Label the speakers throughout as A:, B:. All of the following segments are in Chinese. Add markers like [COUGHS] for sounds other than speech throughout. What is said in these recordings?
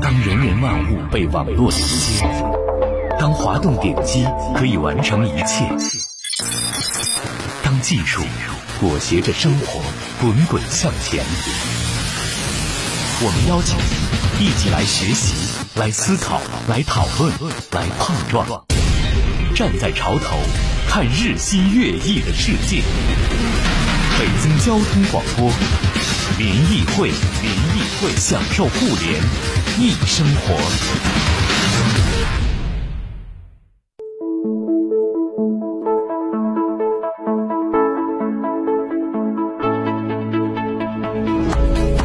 A: 当人人万物被网络连接，当滑动点击可以完成一切，当技术裹挟着生活滚滚向前，我们邀请你一起来学习、来思考、来讨论、来碰撞，站在潮头看日新月异的世界。北京交通广播，联谊会，联谊会，享受互联易生活。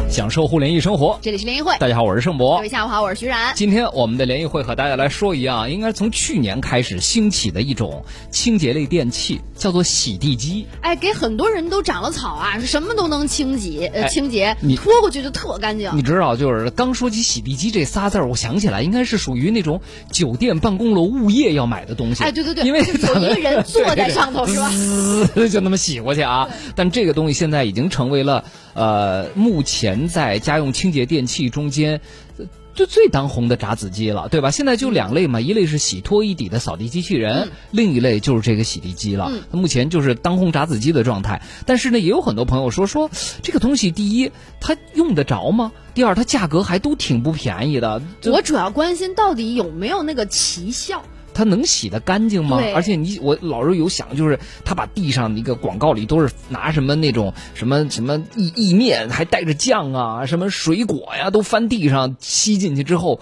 B: 享受互联易生活。
C: 这里是联谊会，
B: 大家好，我是盛
C: 各
B: 博
C: 位。下午好，我是徐然。
B: 今天我们的联谊会和大家来说一样，应该从去年开始兴起的一种清洁类电器，叫做洗地机。
C: 哎，给很多人都长了草啊，什么都能清洁，
B: 哎
C: 呃，清洁
B: 你，
C: 拖过去就特干净。
B: 你知道，就是刚说起洗地机这仨字儿，我想起来应该是属于那种酒店办公楼物业要买的东西。
C: 哎，对对对，
B: 因为
C: 就是有
B: 咱
C: 一
B: 们
C: 个
B: [LAUGHS]
C: 人坐在上头是吧？
B: 嗯滋 [LAUGHS] 就那么洗过去啊。但这个东西现在已经成为了呃，目前在家用清洁电器中间。呃就最当红的榨子机了，对吧？现在就两类嘛，一类是洗拖一体的扫地机器人，另一类就是这个洗地机了。
C: 嗯
B: 目前就是当红榨子机的状态。但是呢，也有很多朋友说说这个东西，第一，它用得着吗？第二，它价格还都挺不便宜的。就
C: 我主要关心到底有没有那个奇效。
B: 它能洗得干净吗
C: 对？
B: 而且你我老是有想，就是他把地上的一个广告里都是拿什么那种什么什么意意面，还带着酱啊，什么水果呀，都翻地上吸进去之后，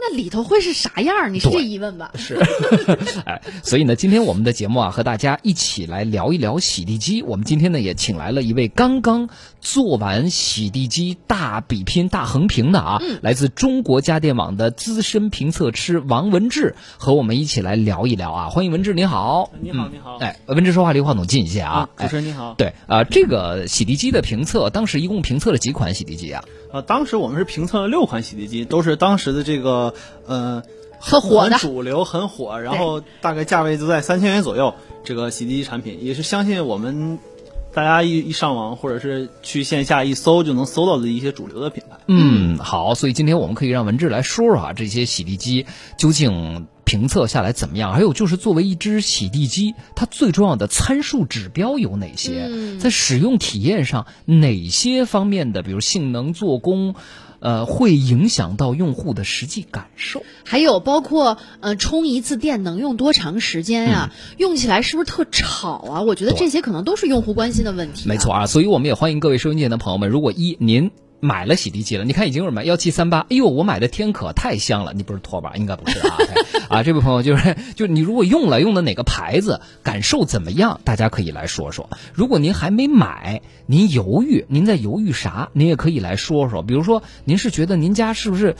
C: 那里头会是啥样儿？你是
B: 对
C: 这疑问吧？
B: 是， [LAUGHS] 哎，所以呢，今天我们的节目啊，和大家一起来聊一聊洗地机。我们今天呢，也请来了一位刚刚做完洗地机大比拼、大横评的啊，来自中国家电网的资深评测师王文志，和我们一起来聊一聊啊。欢迎文志，你好。
D: 你好，你好，
B: 哎，文志说话离话筒近一些啊。
D: 嗯主
B: 哎
D: 持人你好。
B: 对啊、呃这个洗地机的评测，当时一共评测了几款洗地机啊？
D: 呃，当时我们是评测了六款洗地机，都是当时的这个呃
C: 很火的
D: 很主流、很火，然后大概价位都在三千元左右。这个洗地机产品也是相信我们大家一一上网或者是去线下一搜就能搜到的一些主流的品牌。
B: 嗯，好，所以今天我们可以让文志来说说啊，这些洗地机究竟评测下来怎么样？还有就是作为一只洗地机，它最重要的参数指标有哪些？
C: 嗯
B: 在使用体验上，哪些方面的，比如性能、做工，呃，会影响到用户的实际感受？
C: 还有包括，呃，充一次电能用多长时间呀、用起来是不是特吵啊？我觉得
B: 嗯对
C: 这些可能都是用户关心的问题、
B: 没错，啊，所以我们也欢迎各位收音机前的朋友们，如果一您。买了洗涤剂了，你看已经有人买幺七三八，哎呦，我买的天可太香了，你不是拖把，应该不是啊哎啊！这位朋友就是，就是你如果用了用的哪个牌子，感受怎么样，大家可以来说说。如果您还没买，您犹豫，您在犹豫啥，您也可以来说说。比如说，您是觉得您家是不是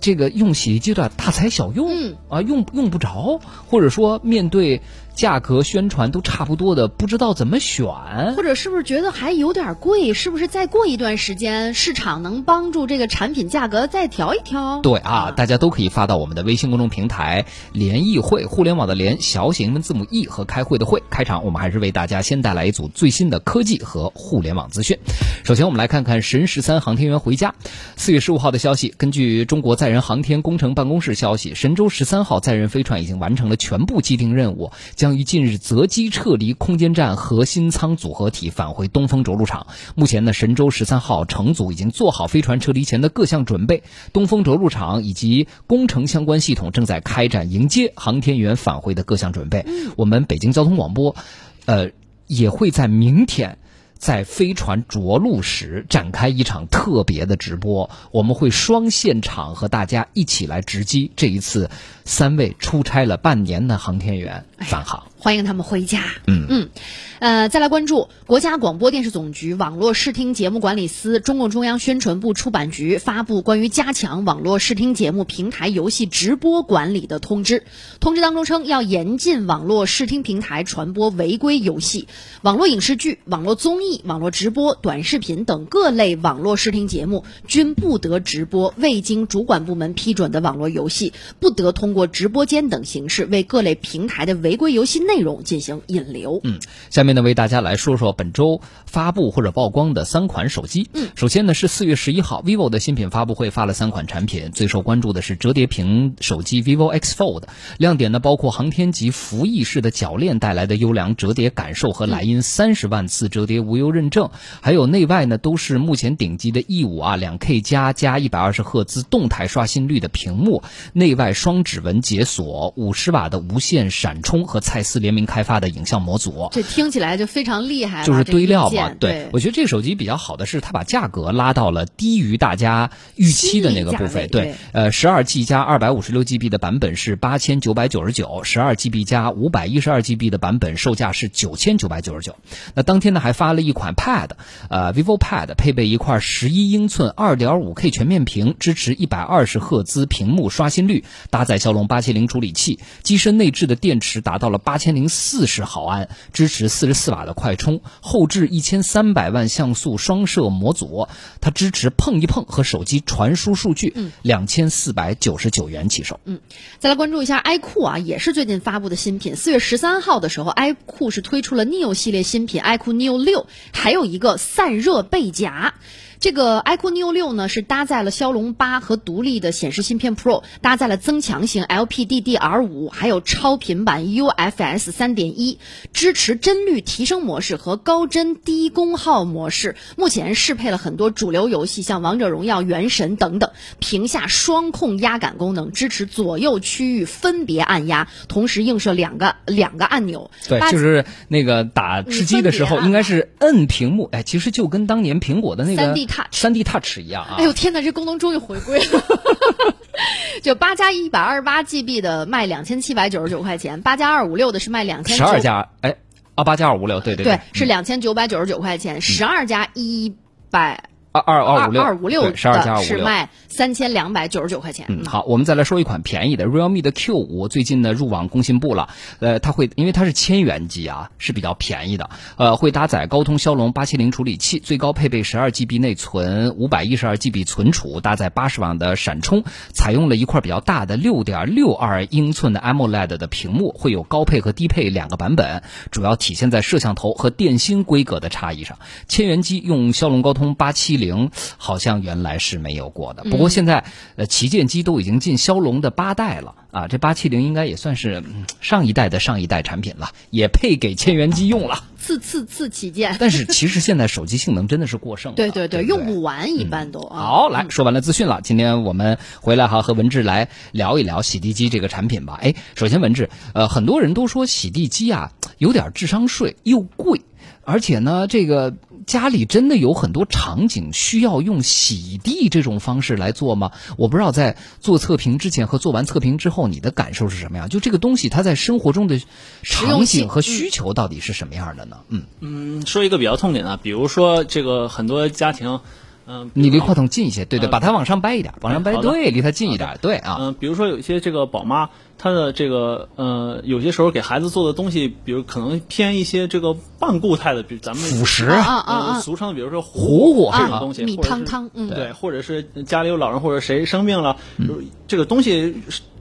B: 这个用洗涤剂有点大材小用、
C: 嗯
B: 啊，用用不着，或者说面对价格宣传都差不多的，不知道怎么选，
C: 或者是不是觉得还有点贵？是不是再过一段时间，市场能帮助这个产品价格再调一调？
B: 对啊，大家都可以发到我们的微信公众平台“联谊会”，互联网的联，小写英文字母 e 和开会的会。开场，我们还是为大家先带来一组最新的科技和互联网资讯。首先，我们来看看神十三航天员回家。四月十五号的消息，根据中国载人航天工程办公室消息，神舟十三号载人飞船已经完成了全部既定任务，将于近日择机撤离空间站核心舱组合体，返回东风着陆场。目前呢，神舟十三号乘组已经做好飞船撤离前的各项准备，东风着陆场以及工程相关系统正在开展迎接航天员返回的各项准备。我们北京交通广播，呃，也会在明天。在飞船着陆时展开一场特别的直播，我们会双现场和大家一起来直击这一次三位出差了半年的航天员返航。
C: 欢迎他们回家。
B: 嗯
C: 嗯，呃，再来关注国家广播电视总局网络视听节目管理司、中共中央宣传部出版局发布关于加强网络视听节目平台游戏直播管理的通知。通知当中称，要严禁网络视听平台传播违规游戏、网络影视剧、网络综艺、网络直播、短视频等各类网络视听节目，均不得直播未经主管部门批准的网络游戏，不得通过直播间等形式为各类平台的违规游戏内内容进行引流。
B: 嗯，下面呢，为大家来说说本周发布或者曝光的三款手机。
C: 嗯，
B: 首先呢是四月十一号，vivo 的新品发布会发了三款产品，最受关注的是折叠屏手机 vivo X Fold，亮点呢包括航天级服役式的铰链带来的优良折叠感受和莱茵三十万次折叠无忧认证，还有内外呢都是目前顶级的 E 五啊，两 K 加加一百二十赫兹动态刷新率的屏幕，内外双指纹解锁，五十瓦的无线闪充和蔡司联名开发的影像模组。
C: 这听起来就非常厉害了，
B: 就是
C: 这
B: 堆料
C: 硬
B: 嘛
C: 件。
B: 对，我觉得这个手机比较好的是它把价格拉到了低于大家预期的那个部分。
C: 心理价位对
B: 对，呃，十二 G 加二百五十六 GB 的版本是八千九百九十九，十二 GB 加五百一十二 GB 的版本售价是九千九百九十九。那当天呢还发了一款 Pad，呃，vivo Pad 配备一块十一英寸二点五 K 全面屏，支持一百二十赫兹屏幕刷新率，搭载骁龙八七零处理器，机身内置的电池达到了八千零四十毫安，支持四十四瓦的快充，后置一千三百万像素双摄模组，它支持碰一碰和手机传输数据，两千四百九十九元起售。
C: 再来关注一下 iQOO 啊，也是最近发布的新品。四月十三号的时候，iQOO 是推出了 Neo 系列新品 iQOO Neo 六，还有一个散热背夹。这个 iQOO Neo 六呢，是搭载了骁龙八和独立的显示芯片 Pro，搭载了增强型 LPDDR 五，还有超频版 UFS 三点一，支持帧率提升模式和高帧低功耗模式。目前适配了很多主流游戏，像《王者荣耀》《原神》等等。屏下双控压感功能，支持左右区域分别按压，同时映射两个两个按钮。
B: 对，
C: 八
B: 就是那个打吃鸡的时候，
C: 嗯分别啊
B: 应该是摁屏幕，哎，其实就跟当年苹果的那个
C: 3D touch
B: 三 D Touch 一样啊。
C: 哎呦天哪，这功能终于回归了！ [LAUGHS] 就八加一百二十八 GB 的卖两千七百九十九块钱，八加二五六的是卖两千
B: 十二加哎，啊八加二五六，对对
C: 对，是两千九百九十九块钱，十二加一百
B: 二二二五六
C: 二五六
B: 十二加二
C: 的
B: 五
C: 是
B: 六。
C: 卖三千两百九十九块钱。
B: 嗯，好，我们再来说一款便宜的 realme 的 Q 五，最近呢入网工信部了。呃，它会因为它是千元机啊，是比较便宜的。呃，会搭载高通骁龙八七零处理器，最高配备十二 GB 内存，五百一十二 GB 存储，搭载八十瓦的闪充，采用了一块比较大的六点六二英寸的 AMOLED 的屏幕，会有高配和低配两个版本，主要体现在摄像头和电芯规格的差异上。千元机用骁龙高通八七零，好像原来是没有过的。不过现在，呃，旗舰机都已经进骁龙的八代了啊，这八七零应该也算是嗯上一代的上一代产品了，也配给千元机用了。
C: 次次次旗 [LAUGHS] 舰，
B: 但是其实现在手机性能真的是过剩了，
C: 对
B: 对嗯
C: 对对，用不完一般都啊。
B: 好，来说完了资讯了，今天我们回来哈和文志来聊一聊洗地机这个产品吧。哎，首先文志，呃，很多人都说洗地机啊有点智商税，又贵，而且呢，这个家里真的有很多场景需要用洗地这种方式来做吗？我不知道在做测评之前和做完测评之后，你的感受是什么样？就这个东西它在生活中的场
C: 用
B: 景
C: 性
B: 和需求到底是什么样的呢？嗯，
D: 嗯，说一个比较痛点的，比如说这个很多家庭，嗯、
B: 你离话筒近一些，对对，把它往上掰一点，往上掰，
D: 好的
B: 对，离它近一点，对啊。
D: 嗯、比如说有一些这个宝妈，她的这个呃，有些时候给孩子做的东西，比如可能偏一些这个半固态的，比如咱们
B: 腐蚀
C: 啊
B: 啊，
C: 啊
D: 呃
C: 啊
D: 俗称的，比如说
B: 糊糊
D: 这
B: 是
D: 种
B: 吧
C: 啊
D: 东！西，
C: 米
D: 或者
C: 汤
D: 是
C: 汤，嗯，
D: 对，或者是家里有老人或者谁生病了，
B: 嗯
D: 就是这个东西，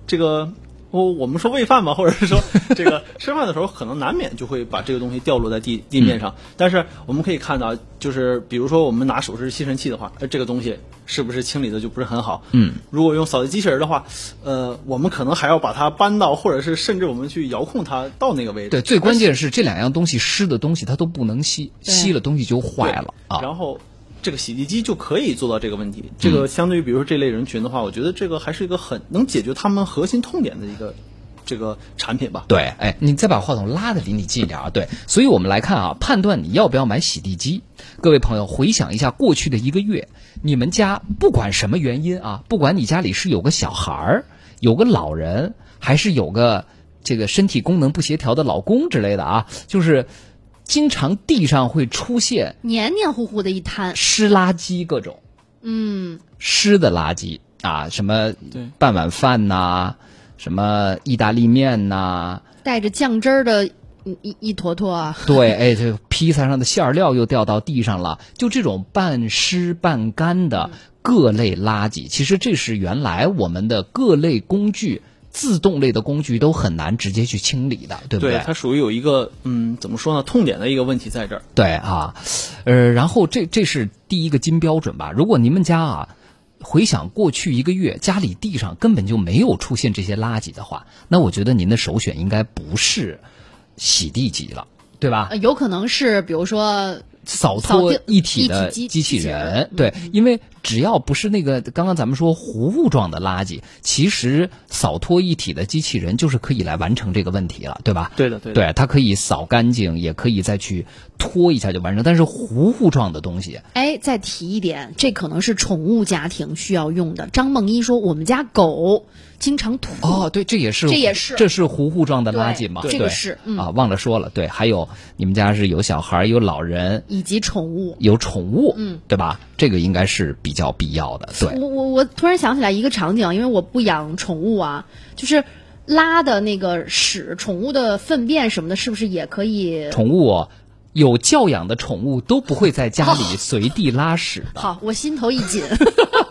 D: 这个我我们说喂饭吧，或者是说
B: [LAUGHS]
D: 这个吃饭的时候，可能难免就会把这个东西掉落在地地面上。
B: 嗯
D: 但是我们可以看到，就是比如说我们拿手持吸尘器的话，呃，这个东西是不是清理的就不是很好？
B: 嗯，
D: 如果用扫地机器人的话，呃，我们可能还要把它搬到，或者是甚至我们去遥控它到那个位置。
B: 对，最关键是这两样东西湿的东西它都不能吸，
C: 对
B: 吸了东西就坏了
D: 对
B: 啊。
D: 然后这个洗地机就可以做到这个问题。这
B: 嗯
D: 个相对于比如说这类人群的话，我觉得这个还是一个很能解决他们核心痛点的一个这个产品吧。
B: 对，哎，你再把话筒拉的离你近一点啊。对，所以我们来看啊，判断你要不要买洗地机。各位朋友，回想一下过去的一个月，你们家不管什么原因啊，不管你家里是有个小孩儿、有个老人，还是有个这个身体功能不协调的老公之类的啊，就是经常地上会出现
C: 黏黏糊糊的一滩，
B: 湿垃圾各种，嗯，湿的垃圾啊，什么
D: 对
B: 半碗饭呐、什么意大利面呐、
C: 带着酱汁儿的一一一坨坨啊， [LAUGHS]
B: 对，哎，这个披萨上的馅儿料又掉到地上了，就这种半湿半干的各类垃圾，其实这是原来我们的各类工具。自动类的工具都很难直接去清理的，对不
D: 对，它属于有一个嗯，怎么说呢，痛点的一个问题在这儿。
B: 对啊，呃，然后这这是第一个金标准吧。如果你们家啊，回想过去一个月家里地上根本就没有出现这些垃圾的话，那我觉得您的首选应该不是洗地机了，对吧？
C: 呃有可能是比如说
B: 扫
C: 扫
B: 拖
C: 地
B: 一体
C: 一
B: 的
C: 体机
B: 机器
C: 机器
B: 人嗯
C: 人，
B: 对，因为只要不是那个刚刚咱们说糊糊状的垃圾，其实扫拖一体的机器人就是可以来完成这个问题了，对吧？
D: 对的，对的。
B: 对，它可以扫干净，也可以再去拖一下就完成。但是糊糊状的东西，
C: 哎，再提一点，这可能是宠物家庭需要用的。张梦一说，我们家狗经常吐。
B: 哦，对，这也是
C: 这也是
B: 这是糊糊状的垃圾嘛？
C: 对
B: 对，
C: 这个是嗯
B: 啊，忘了说了，对，还有你们家是有小孩儿、有老人、
C: 以及宠物，
B: 有宠物，嗯，对吧？这个应该是比较必要的，对。
C: 我我我突然想起来一个场景，因为我不养宠物啊，就是拉的那个屎、宠物的粪便什么的，是不是也可以？
B: 宠物哦有教养的宠物都不会在家里
C: 哦
B: 随地拉屎的。
C: 好，我心头一
B: [LAUGHS]
C: 紧。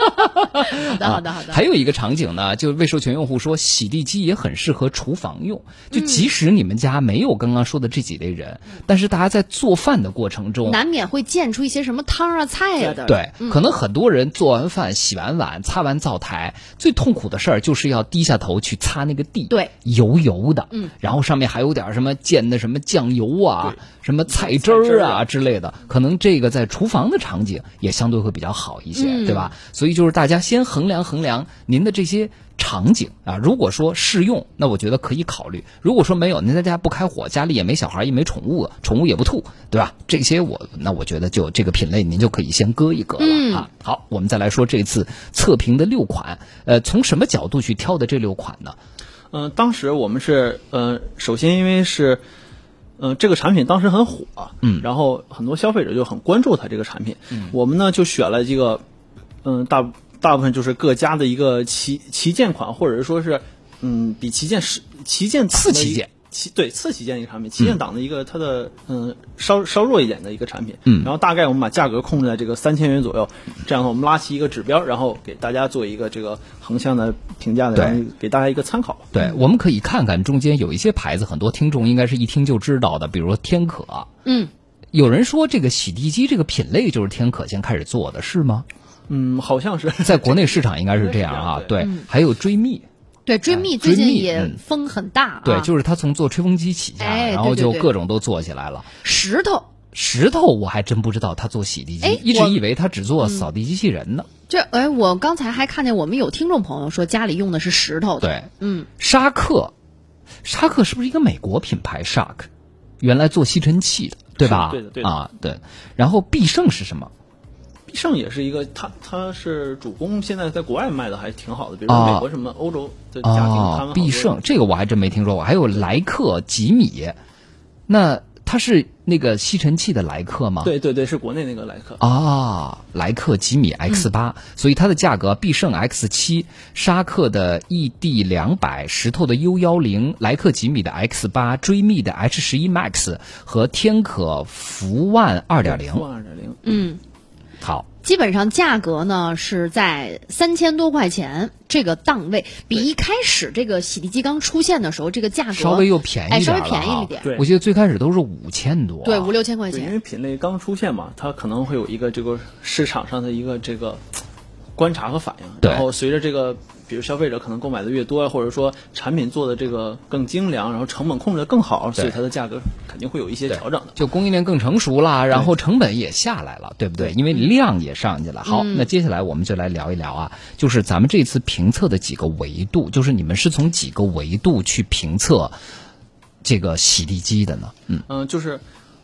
C: 好的，好的，好
B: 啊
C: 的。
B: 还有一个场景呢，就未授权用户说，洗地机也很适合厨房用。就即使你们家没有刚刚说的这几类人，但是大家在做饭的过程中，
C: 嗯难免会溅出一些什么汤啊、菜啊的。
B: 对，可能很多人做完饭、洗完碗、擦完灶台，最痛苦的事儿就是要低下头去擦那个地，
C: 对，
B: 油油的，嗯，然后上面还有点儿什么溅的什么酱油啊
D: 对、
B: 什么菜汁
D: 菜汁
B: 儿
D: 儿
B: 啊
D: 啊
B: 之类的，可能这个在厨房的场景也相对会比较好一些，对吧？所以就是大家先衡量衡量您的这些。场景啊，如果说适用，那我觉得可以考虑；如果说没有，您在家不开火，家里也没小孩，也没宠物，宠物也不吐，对吧？这些我那我觉得就这个品类您就可以先搁一搁了、啊。好，我们再来说这次测评的六款，呃，从什么角度去挑的这六款呢？
D: 嗯、当时我们是，嗯、首先因为是，嗯、这个产品当时很火，嗯，然后很多消费者就很关注它这个产品，嗯，我们呢就选了这个，嗯、大大部分就是各家的一个旗旗舰款，或者是说是，嗯，比旗舰是旗舰档的
B: 次
D: 一
B: 旗舰。嗯
D: 旗对次旗舰一个产品，旗舰档的一个它的嗯稍稍弱一点的一个产品，
B: 嗯
D: 然后大概我们把价格控制在这个三千元左右，这样的话我们拉起一个指标，然后给大家做一个这个横向的评价的，
B: 对
D: 然后给大家一个参考。
B: 对，
C: 嗯
B: 我们可以看看中间有一些牌子，很多听众应该是一听就知道的，比如说天可。
C: 嗯，
B: 有人说这个洗地机这个品类就是天可先开始做的，是
C: [LAUGHS]
B: 吗？
D: 嗯，好像是。 [LAUGHS]
B: 在国内市场应该是这样啊。对，
D: 对
C: 嗯
B: 还有追觅。
C: 对，追觅
B: 哎
C: 最
B: 追
C: 近
B: 觅
C: 也
B: 嗯
C: 风很大啊。
B: 对，就是他从做吹风机起家，
C: 哎
B: 然后
C: 对对
B: 就
C: 对
B: 各种都做起来了。
C: 石头，
B: 石头我还真不知道他做洗地机，
C: 哎
B: 一直
C: 我嗯
B: 以为他只做扫地机器人呢。
C: 这哎，我刚才还看见我们有听众朋友说家里用的是石头的。
B: 对，
C: 嗯，
B: 沙克，沙克是不是一个美国品牌？Shark，原来做吸尘器的，对吧？
D: 是对的对的
B: 啊，对。然后必胜是什么？
D: 必胜也是一个，它它是主攻，现在在国外卖的还挺好的，比如说
B: 啊
D: 美国什么欧洲的家庭，他
B: 啊
D: 们，
B: 必胜这个我还真没听说过。还有莱克吉米，那它是那个吸尘器的莱克吗？
D: 对对对，是国内那个莱克。
B: 啊，莱克吉米 X 八、所以它的价格必胜 X 七、沙克的 ED 两百、石头的 U 幺零、莱克吉米的 X 八、追觅的 H 十一 Max 和天可福万二点零。
D: 二点零，
C: 嗯，
B: 好，
C: 基本上价格呢是在三千多块钱这个档位，比一开始这个洗涤机刚出现的时候这个价格
B: 稍微又便宜
C: 哎，
B: 一
C: 稍
B: 点
C: 微
B: 了啊
C: 便宜
B: 哈
C: 一点。
D: 对
B: 我记得最开始都是五千多啊，
C: 对，五六千块
D: 对，因
C: 钱。
D: 为品类刚出现嘛，它可能会有一个这个市场上的一个这个观察和反应，
B: 对
D: 然后随着这个。比如消费者可能购买的越多，或者说产品做的这个更精良，然后成本控制的更好，所以它的价格肯定会有一些
B: 对
D: 调整的。
B: 就供应链更成熟啦，然后成本也下来了，对不对？因为量也上去了。好，
C: 嗯
B: 那接下来我们就来聊一聊啊，就是咱们这次评测的几个维度，就是你们是从几个维度去评测这个洗地机的呢？嗯，
D: 嗯，就是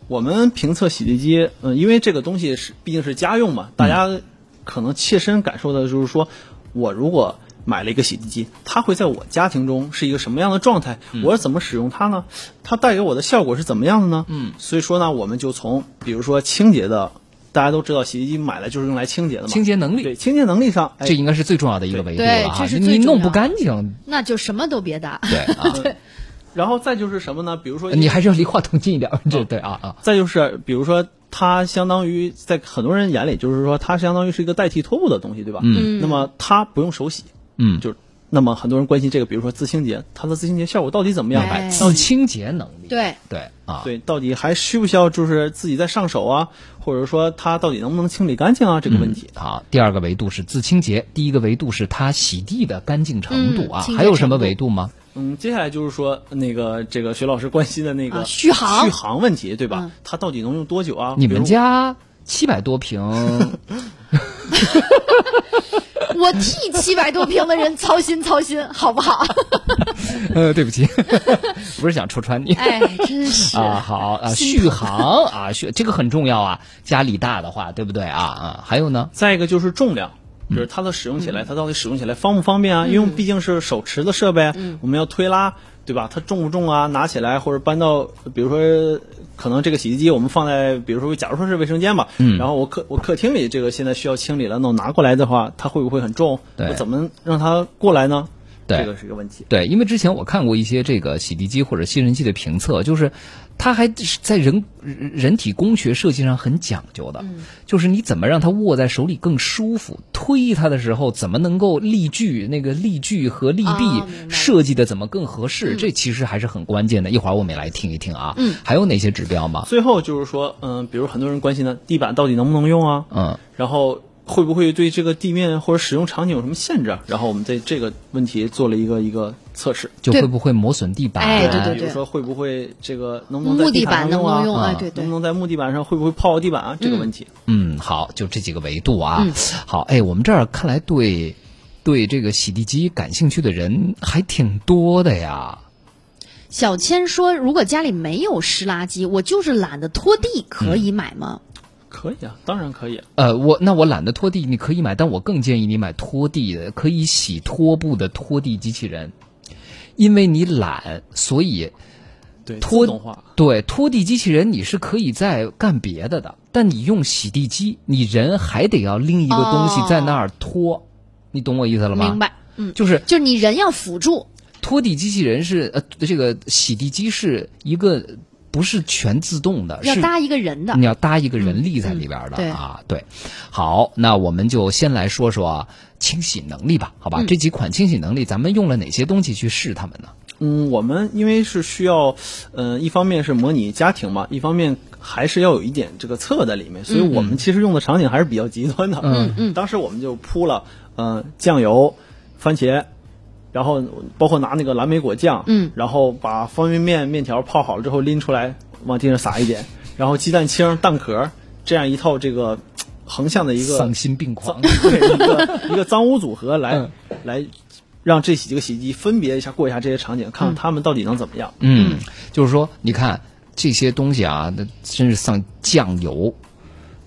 D: 我们评测洗涤机，嗯，因为这个东西是毕竟是家用嘛，大
B: 嗯
D: 家可能切身感受的就是说，我如果买了一个洗涤机，它会在我家庭中是一个什么样的状态？
B: 嗯
D: 我是怎么使用它呢？它带给我的效果是怎么样的呢？嗯，所以说呢，我们就从比如说清洁的，大家都知道洗涤机买来就是用来清洁的嘛，
B: 清洁能力
D: 对清洁能力上，哎
B: 这应该是最重要的一个维度了啊，
C: 对这是
B: 你
C: 最重要
B: 弄不干净，
C: 那就什么都别搭，
B: 对啊，
D: 然后再就是什么呢？比如说
B: 你还是要离话筒近一点，
D: 哦
B: 这对啊啊，
D: 再就是，比如说，它相当于在很多
C: 嗯
D: 人眼里，就是说，它相当于是一个代替拖布的东西，对吧？嗯。那么它不用手洗，
B: 嗯
D: 就是那么很多人关心这个，比如说自清洁，它的自清洁效果到底怎么样？
C: 哎
B: 哦自清洁能力，
C: [LAUGHS] 对，
B: 对啊，
D: 对，到底还需不需要就是自己再上手啊，或者说它到底能不能清理干净啊？这个
B: 嗯
D: 问题。
B: 好，第二个维度是自清洁，第一个维度是它洗地的干净程度啊，
C: 嗯清洁
B: 还有什么
C: 程度
B: 维度吗？
D: 嗯，接下来就是说那个这个徐老师关心的那个、
C: 啊续航
D: 续航问题，对吧？
C: 嗯
D: 它到底能用多久啊？
B: 你
D: 比
B: 们
D: 如
B: 家七百多平，
C: 我替七百多平的人操心操心，好不好？
B: [LAUGHS] 呃，对不起， [LAUGHS] 不是想戳穿你。
C: 哎，真是
B: 啊，好啊，
C: 心
B: 续航啊，续这个很重要啊，家里大的话，对不对啊？啊，还有呢，
D: 再一个就是重量，
B: 嗯
D: 就是它的使用起来，它到底使用起来方不方便啊？因为毕竟是手持的设备，我们要推拉，对吧？它重不重啊？拿起来或者搬到，比如说，可能这个洗衣机我们放在，比如说，假如说是卫生间吧，
B: 嗯
D: 然后我客我客厅里这个现在需要清理了，那我拿过来的话，它会不会很重？
B: 对
D: 我怎么让它过来呢？
B: 对
D: 这个是一个问题。
B: 对，因为之前我看过一些这个洗涤机或者吸尘器的评测，就是它还是在人人体工学设计上很讲究
C: 嗯
B: 的，就是你怎么让它握在手里更舒服，推它的时候怎么能够力矩，那个力矩和力臂
C: 啊明白嗯
B: 设计的怎么更合适，这其实还是很关键的。一会儿我们也来听一听啊，嗯，还有哪些指标吗？
D: 最后就是说，嗯、比如很多人关心的地板到底能不能用啊？
B: 嗯，
D: 然后会不会对这个地面或者使用场景有什么限制啊？然后我们对这个问题做了一个一个测试，
B: 就
C: 对
B: 会不会磨损地板？啊
C: 哎对对
D: 比如说会不会这个能不能在
C: 木地板能
D: 上
C: 不能
D: 用
C: 用？
D: 啊？
C: 哎，对对
D: 能不，能在木地板上会不会泡地板啊？这个问题，
B: 嗯，好，就这几个维度
C: 嗯
B: 啊。好，哎，我们这儿看来对对这个洗涤机感兴趣的人还挺多的呀。
C: 小千说，如果家里没有湿垃圾，我就是懒得拖地，可以买吗？
D: 可以啊，当然可以。
B: 呃，我那我懒得拖地，你可以买，但我更建议你买拖地的，可以洗拖布的拖地机器人，因为你懒，所以
D: 对，
B: 拖
D: 自动化。
B: 对拖地机器人你是可以在干别的的，但你用洗地机，你人还得要拎一个东西在那儿拖，你懂我意思了吗？
C: 哦明，白，嗯，
B: 就是
C: 就是你人要辅助，
B: 拖地机器人是呃，这个洗地机是一个不是全自动的，
C: 要
B: 是
C: 搭一个人的
B: 你。要搭一个人力在里边的、
C: 嗯对
B: 啊。对，好，那我们就先来说说清洗能力吧，好
C: 嗯
B: 吧？这几款清洗能力，咱们用了哪些东西去试它们呢？
D: 嗯，我们因为是需要，嗯、一方面是模拟家庭嘛，一方面还是要有一点这个测在里面，所以我们其实用的场景还是比较极端的。嗯嗯，当时我们就铺了，呃，酱油、番茄，然后包括拿那个蓝莓果酱，
C: 嗯，
D: 然后把方便面面条泡好了之后拎出来，往地上撒一点，然后鸡蛋清、蛋壳，这样一套这个嘖横向的一个
B: 丧心病狂
D: 脏，对一个一个脏污组合来、来让这几个洗衣机分别一下过一下这些场景，看看他们到底能怎么样。
B: 嗯，就是说，你看这些东西啊，那真是像酱油，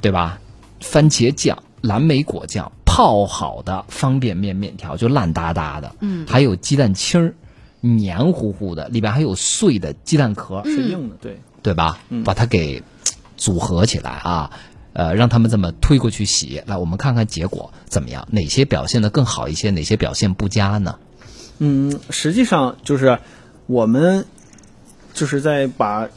B: 对吧？番茄酱、蓝莓果酱、泡好的方便面面条，就烂哒哒的。嗯，还有鸡蛋清儿，黏糊糊的，里边还有碎的鸡蛋壳，
D: 是硬的，对。
B: 对吧？把它给嘖组合起来啊。呃，让他们这么推过去洗，来，我们看看结果怎么样？哪些表现的更好一些？哪些表现不佳呢？
D: 嗯，实际上就是我们就是在把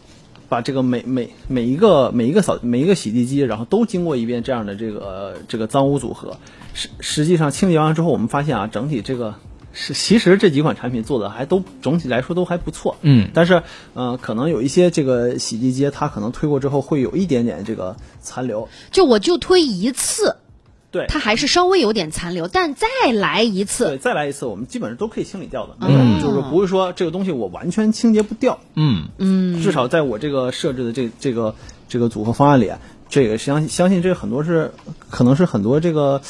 D: 把这个每每每一个每一个扫每一个洗地机，然后都经过一遍这样的这个、呃这个脏污组合。实实际上清洁完之后，我们发现啊，整体这个是其实这几款产品做的还都总体来说都还不错。
B: 嗯
D: 但是呃，可能有一些这个洗地机它可能推过之后会有一点点这个残留。
C: 就我就推一次，
D: 对，
C: 它还是稍微有点残留，但再来一
D: 对，
C: 次，
D: 再来一次，我们基本上都可以清理掉的，没有就是不会说这个东西我完全清洁不掉。
B: 嗯，
D: 至少在我这个设置的这这个这个组合方案里，啊这个相相信这很多是可能是很多这个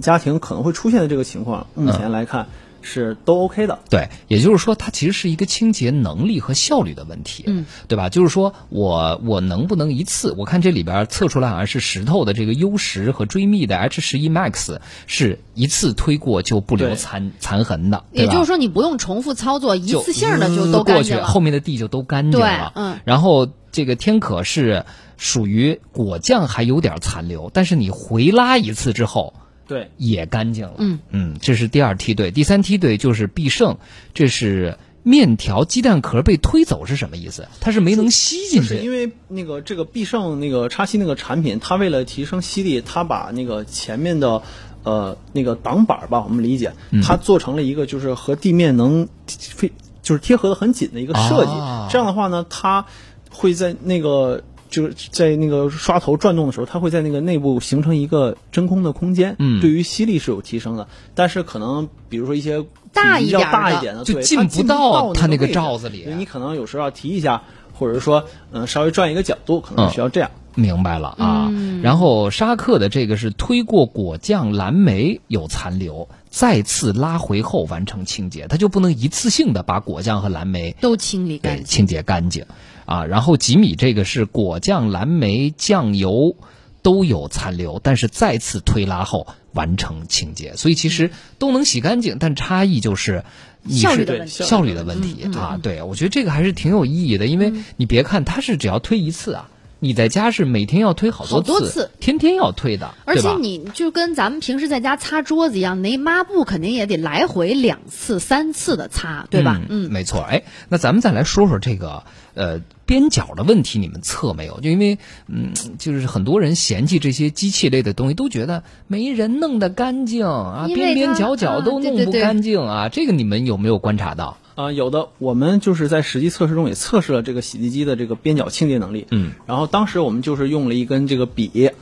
D: 家庭可能会出现的这个情况，目前来看是都 OK 的。
B: 对，也就是说，它其实是一个清洁能力和效率的问题，嗯，对吧？就是说我我能不能一次？我看这里边测出来好像是石头的这个优石和追觅的 H 十一 Max 是一次推过就不留
D: 对
B: 残残痕的，对
C: 也
B: 吧？
C: 就是说你不用重复操作，一
B: 就
C: 次性的就
B: 滋
C: 都干
B: 过去，
C: 净了。
B: 后面的地就都干净
C: 对
B: 了。
C: 嗯，
B: 然后这个天可是属于果酱还有点残留，但是你回拉一次之后，
D: 对，
B: 也干净了。
C: 嗯
B: 这是第二梯队，第三梯队就是必胜，这是面条鸡蛋壳被推走是什么意思？它是没能吸进
D: 是
B: 去
D: 因为那个这个必胜那个叉七那个产品，它为了提升吸力，它把那个前面的呃那个挡板儿吧，我们理解，
C: 嗯
D: 它做成了一个就是和地面能非就是贴合的很紧的一个设计。
B: 啊
D: 这样的话呢，它会在那个。就是在那个刷头转动的时候，它会在那个内部形成一个真空的空间，
B: 嗯
D: 对于吸力是有提升的。但是可能比如说一些
C: 大一
D: 比
C: 点
D: 较
C: 儿的
D: 大一点的，
B: 就
D: 啊对
B: 进
D: 它
B: 不
D: 进不
B: 到
D: 到
B: 它那个
D: 位置
B: 罩子里
D: 所以你可能有时候要提一下，或者说嗯、呃稍微转一个角度，
B: 嗯
D: 可能需要这样。
B: 明白了啊。然后沙克的这个是推过果酱蓝莓有残留，再次拉回后完成清洁，它就不能一次性的把果酱和蓝莓
C: 都清理
B: 给
C: 干净。
B: 清洁干净啊。然后吉米这个是果酱蓝莓酱油都有残留，但是再次推拉后完成清洁，所以其实都能洗干净，但差异就是你
C: 效率
B: 是
C: 的问嗯
D: 题
B: 效率的问题啊。对，我觉得这个还是挺有意义的，因为你别看它是只要推一次啊。你在家是每天要推好多
C: 好多次
B: 天天要推的，
C: 而
B: 对
C: 且
B: 吧
C: 你就跟咱们平时在家擦桌子一样，那抹布肯定也得来回两次、三次的擦，对吧？嗯，
B: 嗯，没错。哎，那咱们再来说说这个呃边角的问题，你们测没有？就因为嗯，就是很多人嫌弃这些机器类的东西，都觉得没人弄得干净啊，
C: 因为
B: 边边
C: 它
B: 角角
C: 啊
B: 都
C: 对
B: 弄
C: 对
B: 不
C: 对
B: 干净啊。这个你们有没有观察到？
D: 啊、有的我们就是在实际测试中也测试了这个洗涤机的这个边角清洁能力。
B: 嗯，
D: 然后当时我们就是用了一根这个笔，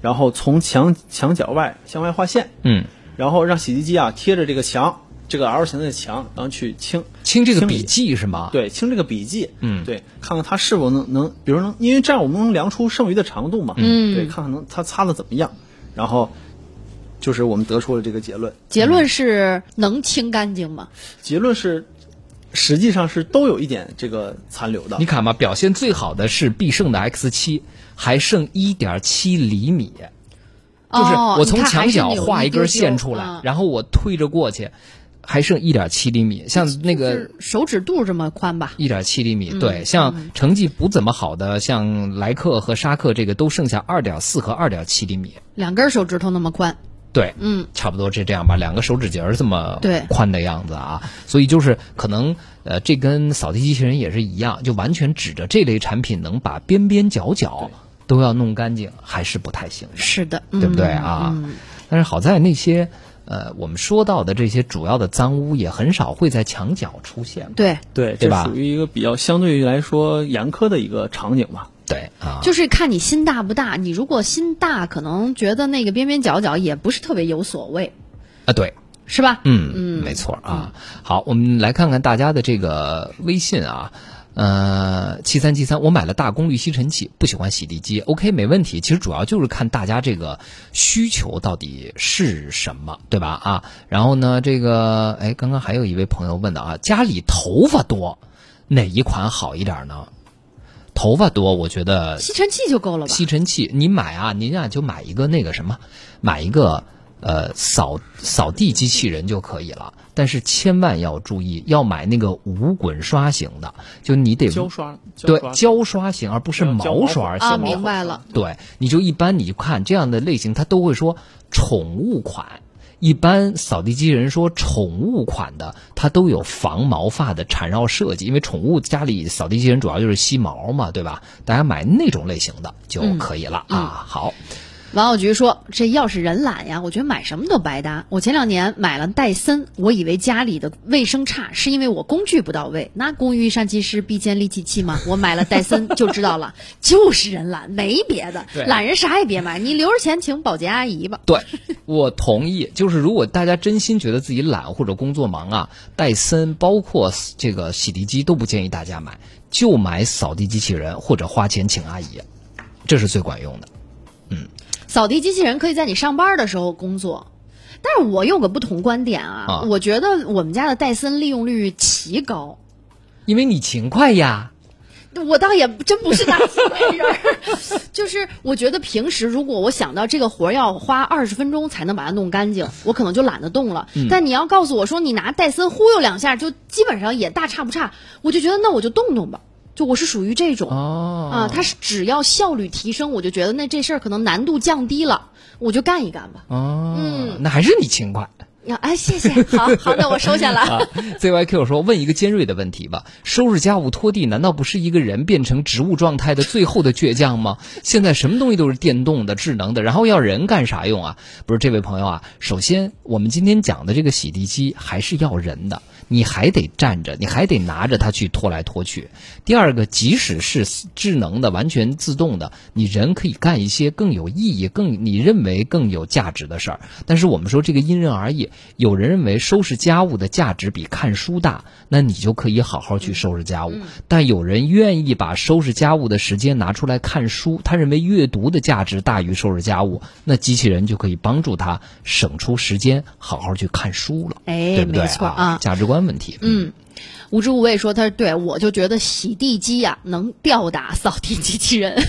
D: 然后从墙墙角外向外画线，
B: 嗯，
D: 然后让洗涤机啊贴着这个墙，这个 L 型的墙，然后去清
B: 清这个
D: 清理
B: 笔记是吗？，
D: 对，清这个笔记，
B: 啊嗯
D: 对，看看它是否能能，比如能，因为这样我们能量出剩余的长度嘛，嗯，对，看看能它擦的怎么样，然后就是我们得出了这个结论，
C: 结
B: 嗯
C: 论是能清干净吗？
D: 结论是实际上是都有一点这个残留的
B: 你，看吧，表现最好的是必胜的 X 七，还剩一点七厘米。就是
C: 哦
B: 我从
C: 你看还
B: 墙
C: 是
B: 角
C: 有一
B: 画一根
C: 丢丢
B: 线出
C: 嗯
B: 来，然后我推着过去，还剩一点七厘米。像那
C: 就
B: 个
C: 是手指肚这么宽吧？
B: 一点七厘
C: 嗯
B: 米，对，像成绩不怎么好的，像莱克和沙克这个都剩下二点四和二点七厘米，
C: 两根手指头那么宽，
B: 对，
C: 嗯，
B: 差不多是这样吧，两个手指节儿这么
C: 对
B: 宽的样子啊，所以就是可能呃，这跟扫地机器人也是一样，就完全指着这类产品能把边边角角都要弄干净，还是不太行的。
C: 是的，嗯
B: 对不对啊？但是好在那些呃，我们说到的这些主要的脏污也很少会在墙角出现。
C: 对，
D: 对，
B: 对
D: 这
B: 吧
D: 属于一个比较相对于来说严苛的一个场景吧，
B: 对啊，
C: 就是看你心大不大。你如果心大，可能觉得那个边边角角也不是特别有所谓，
B: 啊对，
C: 是吧？
B: 嗯，没错啊。好，我们来看看大家的这个微信啊。呃，七三七三，我买了大功率吸尘器，不喜欢洗地机。OK，没问题。其实主要就是看大家这个需求到底是什么，对吧？啊，然后呢，这个，哎，刚刚还有一位朋友问的啊，家里头发多，哪一款好一点呢？头发多，我觉得
C: 吸尘器就够了吧？
B: 吸尘器，你买啊，您啊就买一个那个什么，买一个呃扫扫地机器人就可以了。但是千万要注意，要买那个无滚刷型的，就你得
D: 胶刷，胶
B: 对
D: 刷，
B: 胶刷型，而不是毛刷
C: 啊，
B: 型的。
C: 明白了，
B: 对，你就一般你就看这样的类型，它都会说宠物款。一般扫地机器人说宠物款的，它都有防毛发的缠绕设计，因为宠物家里扫地机器人主要就是吸毛嘛，对吧？大家买那种类型的就可以了、啊。好，
C: 王小菊说：“这要是人懒呀，我觉得买什么都白搭。我前两年买了戴森，我以为家里的卫生差是因为我工具不到位，那工欲善其事，必先利其器嘛。我买了
B: [LAUGHS]
C: 戴森就知道了，就是人懒，没别的，
B: 对
C: 懒人啥也别买，你留着钱请保洁阿姨吧。
B: 对，我同意。就是如果大家真心觉得自己懒或者工作忙啊，戴森包括这个洗涤机都不建议大家买，就买扫地机器人或者花钱请阿姨，这是最管用的。
C: 扫地机器人可以在你上班的时候工作。”但是我有个不同观点啊，
B: 啊
C: 我觉得我们家的戴森利用率奇高，
B: 因为你勤快呀。
C: 我倒也真不是大富贵人儿，就是我觉得平时如果我想到这个活儿要花二十分钟才能把它弄干净，我可能就懒得动了。但你要告诉我说你拿戴森忽悠两下，就基本上也大差不差，我就觉得那我就动动吧。就我是属于这种
B: 哦
C: 啊，它是只要效率提升，我就觉得那这事儿可能难度降低了，我就干一干吧。
B: 哦，那还是你勤快。 [LAUGHS]
C: 呀哎，谢谢，好好的，我收下了。
B: 啊，ZYQ 说：“问一个尖锐的问题吧，收拾家务、拖地，难道不是一个人变成植物状态的最后的倔强吗？ [LAUGHS] 现在什么东西都是电动的、智能的，然后要人干啥用啊？不是，这位朋友啊，首先我们今天讲的这个洗地机还是要人的，你还得站着，你还得拿着它去拖来拖去。第二个，即使是智能的、完全自动的，你人可以干一些更有意义、更你认为更有价值的事儿。但是我们说这个因人而异，有人认为收拾家务的价值比看书大，那你就可以好好去收拾
C: 嗯
B: 家务；但有人愿意把收拾家务的时间拿出来看书，他认为阅读的价值大于收拾家务，那机器人就可以帮助他省出时间好好去看书了，
C: 哎
B: 对不对
C: 没错啊
B: 啊？价值观问题，嗯，
C: [LAUGHS] 无知无畏说：“他说对我就觉得洗地机呀、能吊打扫地机器人。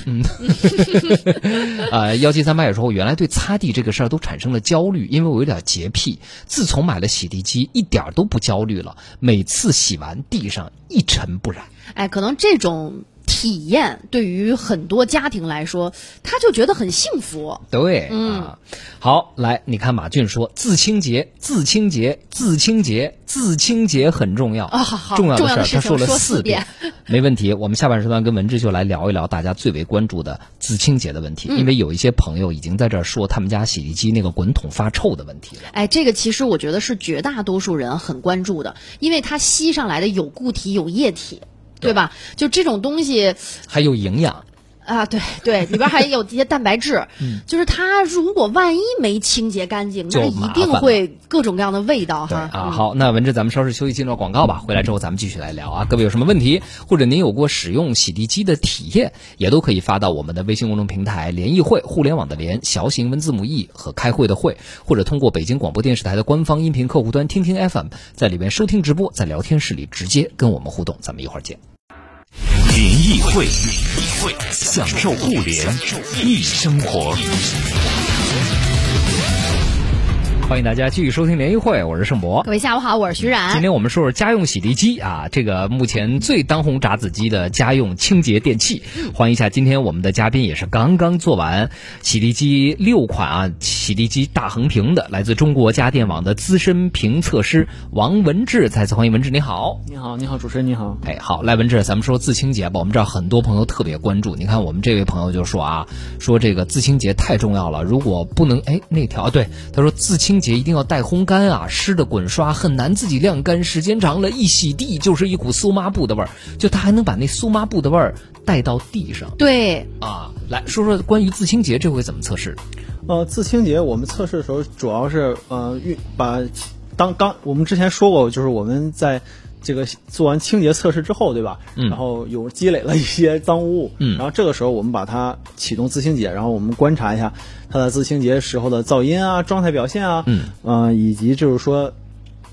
B: 呃，幺七三八也说，我原来对擦地这个事儿都产生了焦虑，因为我有点洁癖。自从买了洗地机，一点儿都不焦虑了，每次洗完地上一尘不染。
C: 哎，可能这种体验对于很多家庭来说，他就觉得很幸福。
B: 对，
C: 嗯
B: 啊，好，来，你看马俊说，自清洁，自清洁，自清洁，自清洁很重要
C: 啊好好
B: 重要
C: 重要的
B: 事儿，
C: 事
B: 他
C: 情
B: 了
C: 说
B: 四
C: 四遍，
B: 没问题。我们下半时段跟文志就来聊一聊大家最为关注的自清洁的问
C: 嗯
B: 题，因为有一些朋友已经在这儿说他们家洗衣机那个滚筒发臭的问题了。
C: 哎，这个其实我觉得是绝大多数人很关注的，因为它吸上来的有固体有液体，对吧？就这种东西
B: 还有营养，
C: 啊，对对，里边还有一些蛋白质， [LAUGHS] 就是它如果万一没清洁干净，
B: 嗯就麻
C: 那一
B: 烦
C: 定
B: 了
C: 会各种各样的味道
B: 对
C: 哈。
B: 啊，好，那文志，咱们稍事休息，进入广告吧。回来之后，咱们继续来聊啊。各位有什么问题，或者您有过使用洗地机的体验，也都可以发到我们的微信公众平台“联谊会”互联网的“联”小写英文字母 “e” 和开会的“会”，或者通过北京广播电视台的官方音频客户端“听听 FM”，在里边收听直播，在聊天室里直接跟我们互动。咱们一会儿见。
A: 联谊会，享受互联易生活。
B: 欢迎大家继续收听联谊会，我是盛博
C: 各。位下午好，我是徐冉。
B: 今天我们说说家用洗涤机啊，这个目前最当红炸子鸡的家用清洁电器。欢迎一下，今天我们的嘉宾也是刚刚做完洗涤机六款啊，洗涤机大横屏的，来自中国家电网的资深评测师王文志，再次欢迎文志，你好。
D: 你好，你好，主持人你好。
B: 哎，好，赖文志，咱们说自清洁吧。我们这儿很多朋友特别关注，你看我们这位朋友就说啊，说这个自清洁太重要了，如果不能哎那条啊对，他说自清洁一定要带烘干啊，湿的滚刷很难自己晾干，时间长了，一洗地就是一股苏抹布的味儿，就他还能把那苏抹布的味儿带到地上
C: 对，
B: 啊。来说说关于自清洁这回怎么测试？
D: 呃，自清洁我们测试的时候，主要是呃运把当刚我们之前说过，就是我们在这个做完清洁测试之后，对吧？
B: 嗯
D: 然后有积累了一些脏污物，
B: 嗯
D: 然后这个时候我们把它启动自清洁，然后我们观察一下它的自清洁时候的噪音啊、状态表现啊，
B: 嗯，
D: 呃，以及就是说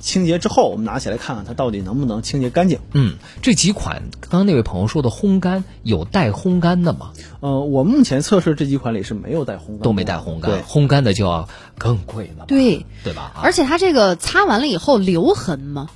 D: 清洁之后，我们拿起来看看它到底能不能清洁干净。
B: 嗯，这几款刚刚那位朋友说的烘干有带烘干的吗？
D: 呃，我目前测试这几款里是没有带烘干的，
B: 都没带烘干
D: 对，
B: 烘干的就要更贵了吧，
C: 对
B: 对吧？啊
C: 而且它这个擦完了以后留痕吗？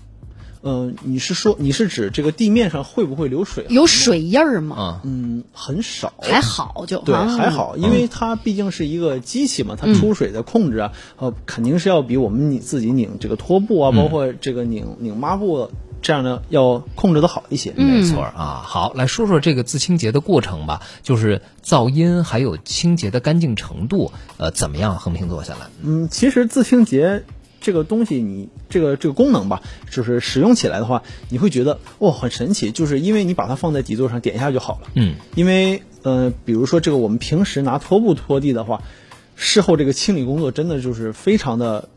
D: 呃，你是说你是指这个地面上会不会流水啊？
C: 有水印儿吗？
B: 啊，
D: 嗯，很少，
C: 还好就
D: 对，
C: 啊
D: 还好，因为它毕竟是一个机器嘛，它出水的控制啊，
C: 嗯
D: 呃，肯定是要比我们拧自己拧这个拖布啊，包括这个拧拧抹布这样的要控制的好一些。
C: 嗯
B: 没错儿啊。好，来说说这个自清洁的过程吧，就是噪音还有清洁的干净程度，呃，怎么样横屏做下来？
D: 嗯，其实自清洁这个东西你，这个这个功能吧，就是使用起来的话，你会觉得哇、很神奇，就是因为你把它放在底座上点一下就好了。
B: 嗯，
D: 因为呃，比如说这个我们平时拿拖布拖地的话，事后这个清理工作真的就是非常的。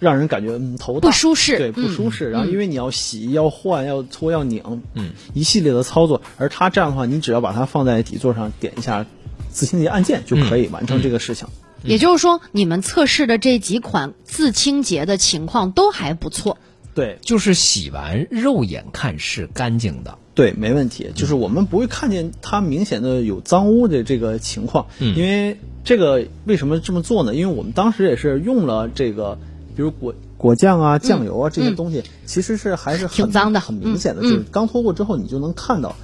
D: 让人感觉嗯头大
C: 不舒适
D: 对不舒适。然后因为你要洗、要换、要搓、要拧，嗯，一系列的操作。而它这样的话，你只要把它放在底座上点一下自清洁按键就可以完成这个事情。
C: 嗯也就是说，你们测试的这几款自清洁的情况都还不错。
D: 对，
B: 就是洗完肉眼看是干净的，
D: 对，没问题。就是我们不会看见它明显的有脏污的这个情况，因为这个为什么这么做呢？因为我们当时也是用了这个，比如果果酱啊、酱油啊、这些东西，其实是还是很
C: 嗯挺脏的嗯
D: 很明显的，就是刚拖过之后你就能看到，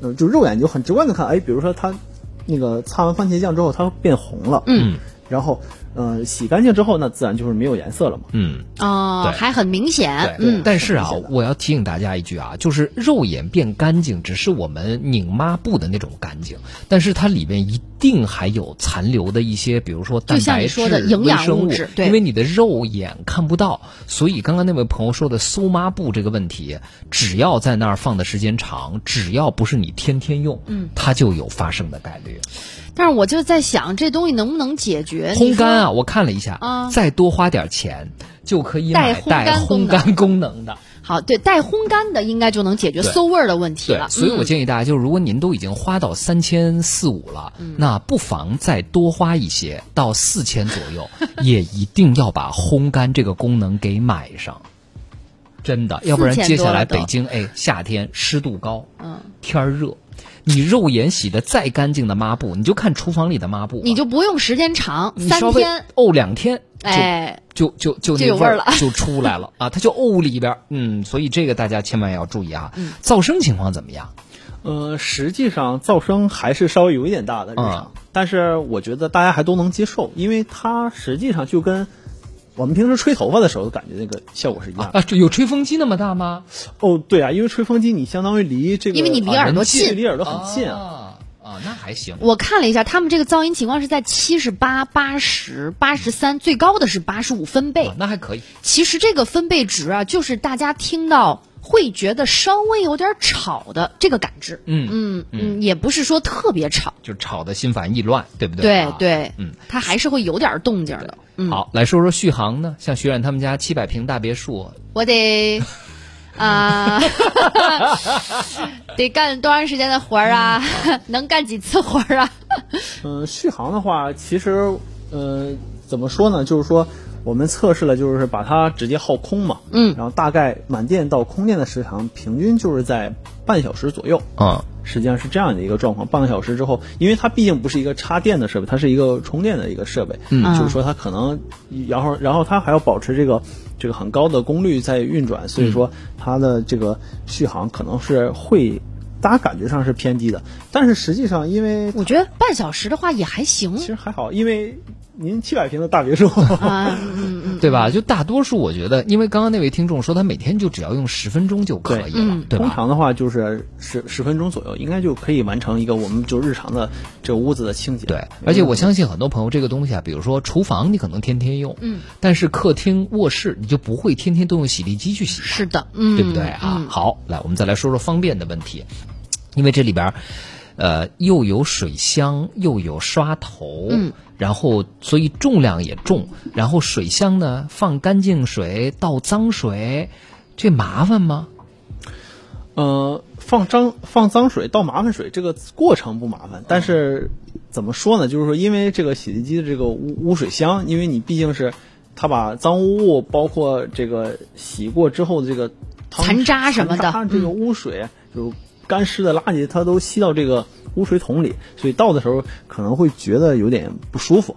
D: 呃，就肉眼就很直观的看，哎，比如说它那个擦完番茄酱之后它变红了，嗯，然后呃，洗干净之后，那自然就是没有颜色了嘛。
B: 嗯，
C: 哦，
B: 对
C: 还很明显，
B: 对，
C: 嗯，
B: 但是啊
D: 是的，
B: 我要提醒大家一句啊，就是肉眼变干净，只是我们拧抹布的那种干净，但是它里面一定还有残留的一些，比如说蛋
C: 就像
B: 白
C: 你
B: 质、
C: 说的营养
B: 微生
C: 物
B: 物
C: 质对
B: 因为你的肉眼看不到，所以刚刚那位朋友说的搜抹布这个问题，只要在那儿放的时间长，只要不是你天天用，嗯，它就有发生的概率。
C: 但是我就在想，这东西能不能解决
B: 烘干？
C: 呃你
B: 啊，
C: 说
B: 我看了一下，
C: 啊
B: 再多花点钱就可以
C: 带
B: 买
C: 烘
B: 带
C: 干功
B: 烘干功能的。
C: 好，对，带烘干的应该就能解决
B: 对
C: 馊味儿的问题
B: 对
C: 了。，
B: 所以我
C: 嗯
B: 建议大家，就是如果您都已经花到三千四五了，
C: 嗯
B: 那不妨再多花一些，到四千左
C: [LAUGHS]
B: 右，也一定要把烘干这个功能给买上。真的，要不然
C: 4000
B: 接下来
C: 多了都
B: 北京哎，夏天湿度高，
C: 嗯，
B: 天儿热，你肉眼洗的再干净的抹布，你就看厨房里的抹布吧，啊
C: 你就不用时间长，
B: 你
C: 三
B: 稍微
C: 天，
B: 沤两天，就
C: 哎，
B: 就就就
C: 就
B: 那
C: 有味儿
B: 儿
C: 了
B: 就出来了啊，它就沤里边儿，嗯，所以这个大家千万要注意啊。
C: 嗯
B: 噪声情况怎么样？
D: 呃，实际上噪声还是稍微有一点大的日常，但是我觉得大家还都能接受，因为它实际上就跟我们平时吹头发的时候感觉那个效果是一样
B: [LAUGHS]
D: 的。
B: 啊，这有吹风机那么大吗？
D: 哦，对啊，因为吹风机你相当于离这个，
C: 因为你离
D: 啊
C: 耳朵
D: 人距
C: 近
D: 离耳朵很近啊。
B: 啊啊，那还行。
C: 我看了一下，他们这个噪音情况是在七十八、八十八、十三，最高的是八十五分贝
B: 啊。那还可以，
C: 其实这个分贝值啊，就是大家听到会觉得稍微有点吵的这个感知。
B: 嗯
C: 嗯嗯，也不是说特别吵，
B: 就吵得心烦意乱，对不对
C: 对
B: 啊
C: 对，
B: 嗯，
C: 它还是会有点动静的。嗯，
B: 好，来说说续航呢？像徐冉他们家七百平大别墅，[LAUGHS]
C: 我得。啊， [LAUGHS] 得干多长时间的活儿啊？
B: 嗯
C: [LAUGHS] 能干几次活儿啊？
D: 嗯、续航的话，其实呃，怎么说呢？就是说我们测试了，就是把它直接耗空嘛，
C: 嗯
D: 然后大概满电到空电的时长平均就是在半小时左右。
B: 嗯
D: 实际上是这样的一个状况，半个小时之后，因为它毕竟不是一个插电的设备，它是一个充电的一个设备，
C: 嗯
D: 就是说它可能，然后然后它还要保持这个这个很高的功率在运转，所以说它的这个续航可能是会，大家感觉上是偏低的，但是实际上因为
B: 嗯
C: 我觉得半小时的话也还
D: 其
C: 行
D: 实还好，因为您七百平的大别墅，
C: 啊。
D: [LAUGHS]
C: 嗯嗯，
B: 对吧？就大多数我觉得，因为刚刚那位听众说他每天就只要用十分钟就可以
D: 对
B: 了
C: 嗯，
B: 对
D: 通
B: 吧？
D: 常的话就是十十分钟左右，应该就可以完成一个我们就日常的这个屋子的清洁。
B: 对，而且我相信很多朋友这个东西啊，比如说厨房你可能天天用，嗯，但是客厅、卧室你就不会天天都用洗涤机去洗它，
C: 是的，嗯，
B: 对不对啊？
C: 嗯
B: 好，来，我们再来说说方便的问题，因为这里边儿，呃，又有水箱，又有刷头，
C: 嗯，
B: 然后所以重量也重，然后水箱呢放干净水倒脏水，这麻烦吗？
D: 呃，放脏放脏水倒麻烦水这个过程不麻烦，但是怎么说呢？就是说，因为这个洗涤机的这个污污水箱，因为你毕竟是它把脏污物，包括这个洗过之后的这个汤
C: 残渣什么的嗯
D: 残渣这个污水就是干湿的垃圾，它都吸到这个污水桶里，所以倒的时候可能会觉得有点不舒服，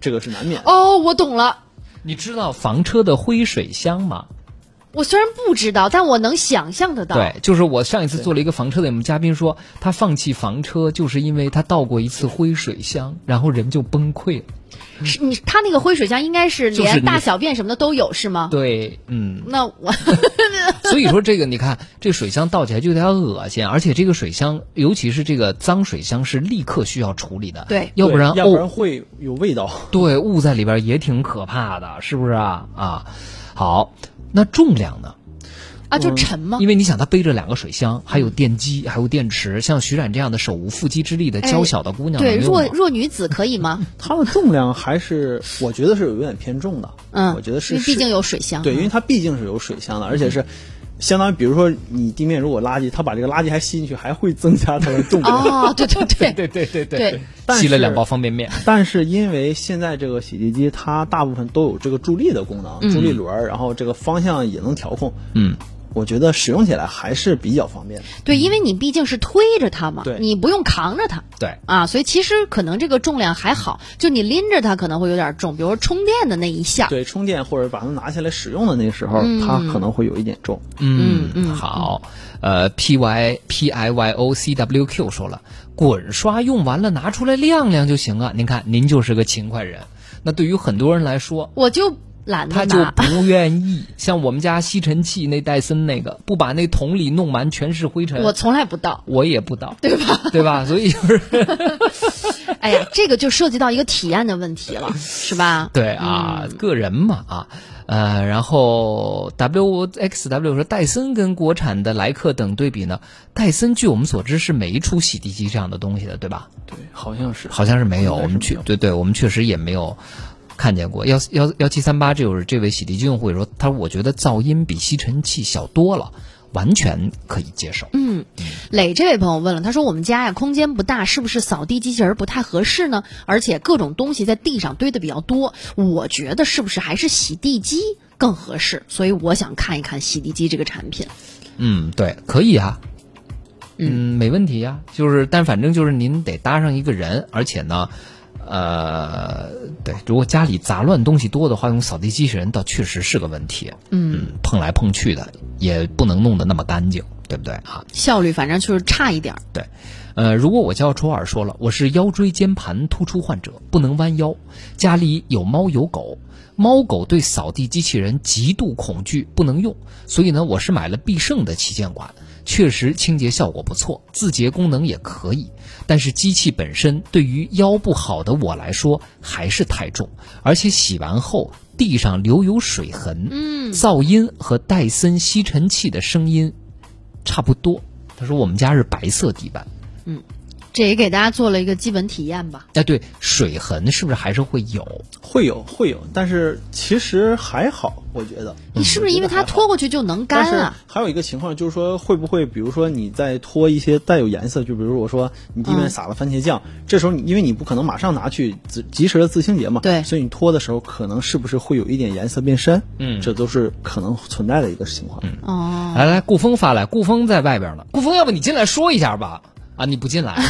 D: 这个是难免的。
C: 哦，我懂了。
B: 你知道房车的灰水箱吗？
C: 我虽然不知道，但我能想象得到。，
B: 对，就是我上一次做了一个房车的，我们嘉宾说他放弃房车，就是因为他倒过一次灰水箱，然后人就崩溃了。
C: 是你他那个灰水箱应该是
B: 就是
C: 连
B: 你
C: 大小便什么的都有，是吗？
B: 对，嗯，
C: 那我啊 [LAUGHS]
B: 所以说这个你看，这水箱倒起来就有点恶心，啊而且这个水箱，尤其是这个脏水箱是立刻需要处理的，
C: 对
B: 要不然
D: 对要不然
B: 哦，
D: 会有味道。
B: 对，雾在里边也挺可怕的，是不是啊？啊，好，那重量呢？
C: 啊，就沉吗？
B: 因为你想，他背着两个水箱，还有电机，还有电池，像徐冉这样的手无缚鸡之力的
C: 哎
B: 娇小的姑娘，
C: 对，
B: 能用吗
C: 弱弱女子可
B: [LAUGHS]
C: 以吗？
D: 它的重量还是，我觉得是有点偏重的。
C: 嗯，
D: 我觉得是
C: 因为毕
D: 是
C: 竟有水箱。
D: 对，因为它毕竟是有水箱的，而且是相当于，比如说你地面如果垃圾，它把这个垃圾还吸进去，还会增加它的重量。 [LAUGHS]
C: 哦，对对
B: 对
C: 对
B: 对对对
C: 对
D: 但是
B: 吸了两包方便面，
D: 但是因为现在这个洗涤机它大部分都有这个助力的功能，助
C: 嗯
D: 力轮儿，然后这个方向也能调控。
B: 嗯，
D: 我觉得使用起来还是比较方便的。
C: 对，因为你毕竟是推着它嘛，
D: 对
C: 你不用扛着它。
B: 对。
C: 啊，所以其实可能这个重量还好，就你拎着它可能会有点重，比如说充电的那一项，
D: 对，充电或者把它拿下来使用的那时候，
C: 嗯
D: 它可能会有一点重。
B: 嗯嗯，好，呃，P Y P I Y O C W Q 说了，滚刷用完了拿出来晾晾就行啊。您看，您就是个勤快人。那对于很多人来说，
C: 我就懒
B: 他
C: 得
B: 就
C: 拿。
B: 不愿意。像我们家吸尘器那戴森那个，不把那桶里弄满全是灰尘，
C: [LAUGHS] 我从来不倒，
B: 我也不倒，
C: 对吧？
B: 对吧？所以就是？
C: 哎呀，这个就涉及到一个体验的问题了，是吧
B: 对啊，
D: 嗯
B: 个人嘛啊，呃，然后 W X W 说戴森跟国产的莱克等对比呢，戴森据我们所知是没一出洗涤机这样的东西的，对吧？
D: 对，好像是。
B: 好像是没有，
D: 应该是
B: 我们
D: 没
B: 确
D: 有
B: 对对，我们确实也没有看见过。幺幺幺七三八，这就是这位洗涤机用户也说，他说我觉得噪音比吸尘器小多了，完全可以接受。嗯，
C: 磊这位朋友问了，他说我们家呀空间不大，是不是扫地机器人不太合适呢？而且各种东西在地上堆的比较多，我觉得是不是还是洗地机更合适？所以我想看一看洗地机这个产品。
B: 对，可以啊。嗯，没问题呀、就是，但反正就是您得搭上一个人，而且呢，呃，对，如果家里杂乱东西多的话，用扫地机器人倒确实是个问题。嗯，碰来碰去的，也不能弄得那么干净，对不对啊？
C: 效率反正就是差一点儿。
B: 对，呃，如果我叫楚尔说了，我是腰椎间盘突出患者，不能弯腰，家里有猫有狗，猫狗对扫地机器人极度恐惧，不能用，所以呢，我是买了必胜的旗舰款，确实清洁效果不错，自洁功能也可以，但是机器本身对于腰不好的我来说还是太重，而且洗完后。地上留有水痕，嗯，噪音和戴森吸尘器的声音差不多。他说我们家是白色地板，
C: 这也给大家做了一个基本体验吧。
B: 哎，对，水痕是不是还是会有？
D: 会有会有，但是其实还好，我觉得。
C: 你是不是因为它拖过去就能
D: 但
C: 干
D: 是
C: 啊？
D: 还有一个情况就是说，会不会比如说你在拖一些带有颜色，就比如我说你地面撒了番茄酱，
B: 嗯
D: 这时候你因为你不可能马上拿去及及时的自清洁嘛，
C: 对
D: 所以你拖的时候可能是不是会有一点颜色变深？
B: 嗯
D: 这都是可能存在的一个情况。
C: 哦，
B: 来来，顾峰发来，顾峰在外边呢。顾峰，要不你进来说一下吧？啊，你不进
C: [LAUGHS]
B: 来。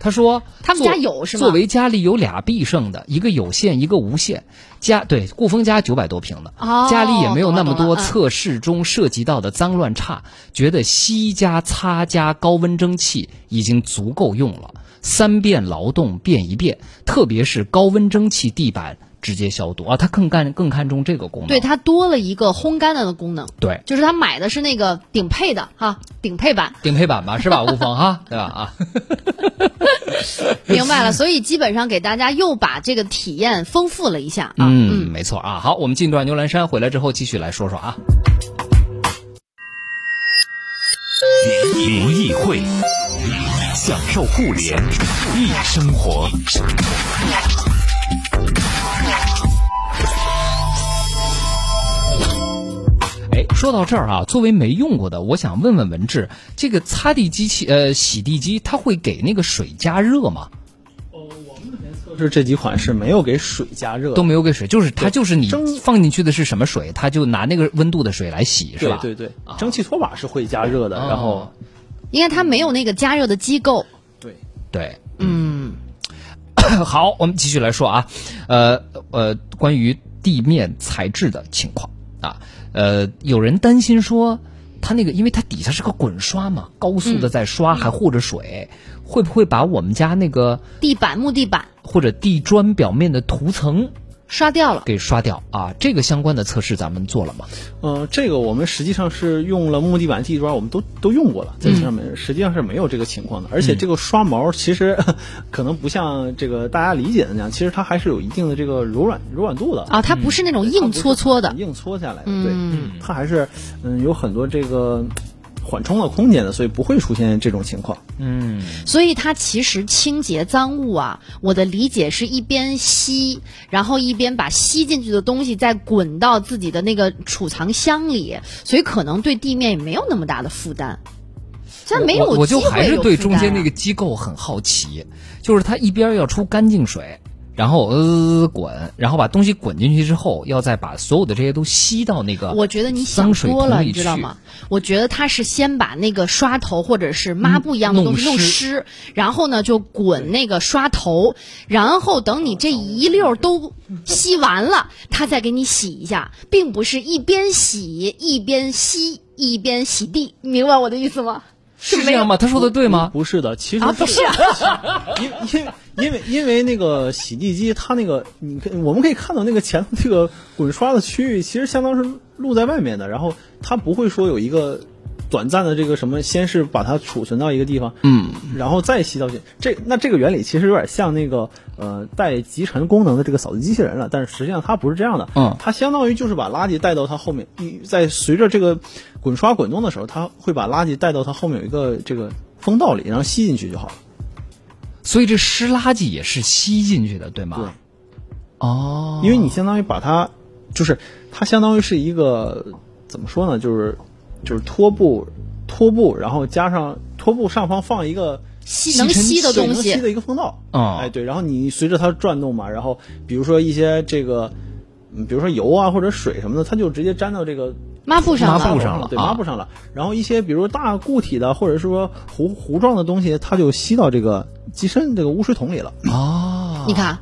B: 他说
C: 他们
B: 作
C: 家有是吗
B: 作为家里有俩必胜的，一个有线，一个无线。家对顾峰家九百多平的，
C: 哦
B: 家里也没有那么
C: 懂
B: 多
C: 了懂了嗯
B: 测试中涉及到的脏乱差，觉得吸加擦加高温蒸汽已经足够用了。三遍劳动变一遍，特别是高温蒸汽地板直接消毒啊，他更干更看重这个功能。
C: 对，它多了一个烘干的功能。
B: 对，
C: 就是他买的是那个顶配的哈、顶配版，
B: 顶配版吧，是
D: [LAUGHS]
B: 吧？吴峰哈，对吧？啊，
C: 明白了。所以基本上给大家又把这个体验丰富了一下啊。
B: 嗯，没错啊。好，我们进段牛栏山，回来之后继续来说说啊。
A: 联谊会，享受互联易生活。
B: 哎，说到这儿啊，作为没用过的，我想问问文志，这个擦地机器呃洗地机，它会给那个水加热吗？
D: 就是这几款是没有给水加热的，
B: 都没有给水，就是它就是你
D: 蒸
B: 放进去的是什么水，它就拿那个温度的水啊来洗，是
D: 对
B: 吧？
D: 对对，蒸汽拖把是会加热的，
B: 哦
D: 然后
C: 应该它没有那个加热的机构。
D: 对。
B: 对，嗯， [COUGHS] 好，我们继续来说啊，呃呃，关于地面材质的情况啊，呃，有人担心说。它那个，因为它底下是个滚刷嘛，高速的在刷，还护着水，会不会把我们家那个
C: 地板、木地板
B: 或者地砖表面的涂层
C: 刷掉了，
B: 给刷掉啊？这个相关的测试咱们做了吗？
D: 嗯、这个我们实际上是用了木地板、地砖，我们都都用过了，
C: 嗯
D: 在这上面实际上是没有这个情况的。而且这个刷毛其实 [LAUGHS] 可能不像这个大家理解的那样，其实它还是有一定的这个柔软柔软度的。
C: 啊，它不是那种
B: 嗯
C: 硬搓搓的。嗯
D: 硬搓下来的，对，它还是嗯有很多这个缓冲的空间的，所以不会出现这种情况。
B: 嗯，
C: 所以它其实清洁脏物啊，我的理解是一边吸，然后一边把吸进去的东西再滚到自己的那个储藏箱里，所以可能对地面也没有那么大的负担。但没有
B: 我我就
C: 机会
B: 还是
C: 有
B: 对
C: 负
B: 中
C: 担
B: 间
C: 啊
B: 那个机构很好奇，就是它一边要出干净水，然后呃滚，然后把东西滚进去之后，要再把所有的这些都吸到那个
C: 我觉得你想
B: 啊脏水
C: 多了，
B: 桶
C: 你
B: 里
C: 知道
B: 去。
C: 吗？我觉得他是先把那个刷头或者是抹布一样的
B: 嗯
C: 东西
B: 弄
C: 弄
B: 湿
C: 湿，然后呢就滚那个刷头，然后等你这一溜儿都吸完了，他再给你洗一下，并不是一边洗一边吸一边洗地，你明白我的意思吗？
B: 是这样吗？他说的对吗？
D: 不是的，其实
C: 啊，不是啊，
D: 因因因为因为那个洗地机，它那个你可以我们可以看到那个前头这个滚刷的区域，其实相当是露在外面的，然后它不会说有一个短暂的这个什么，先是把它储存到一个地方，
B: 嗯，
D: 然后再吸到去。这那这个原理其实有点像那个呃带集尘功能的这个扫地机器人了，但是实际上它不是这样的，
B: 嗯
D: 它相当于就是把垃圾带到它后面，一在随着这个滚刷滚动的时候，它会把垃圾带到它后面有一个这个风道里，然后吸进去就好了。
B: 所以这湿垃圾也是吸进去的，对吗？
D: 对
B: 哦，
D: 因为你相当于把它，就是它相当于是一个怎么说呢，就是就是拖布拖布，然后加上拖布上方放一个
C: 吸能吸的
D: 水
C: 东
D: 能吸
C: 西，
D: 的一个风道。
B: 哦
D: 哎对，然后你随着它转动嘛，然后比如说一些这个，嗯比如说油啊或者水什么的，它就直接粘到这个
C: 抹布
B: 抹
C: 上了，
B: 布上了
D: 对，
B: 啊
D: 抹布上了。然后一些比如大固体的或者是说糊糊状的东西，它就吸到这个机身这个污水桶里了。
B: 哦，
C: 你看，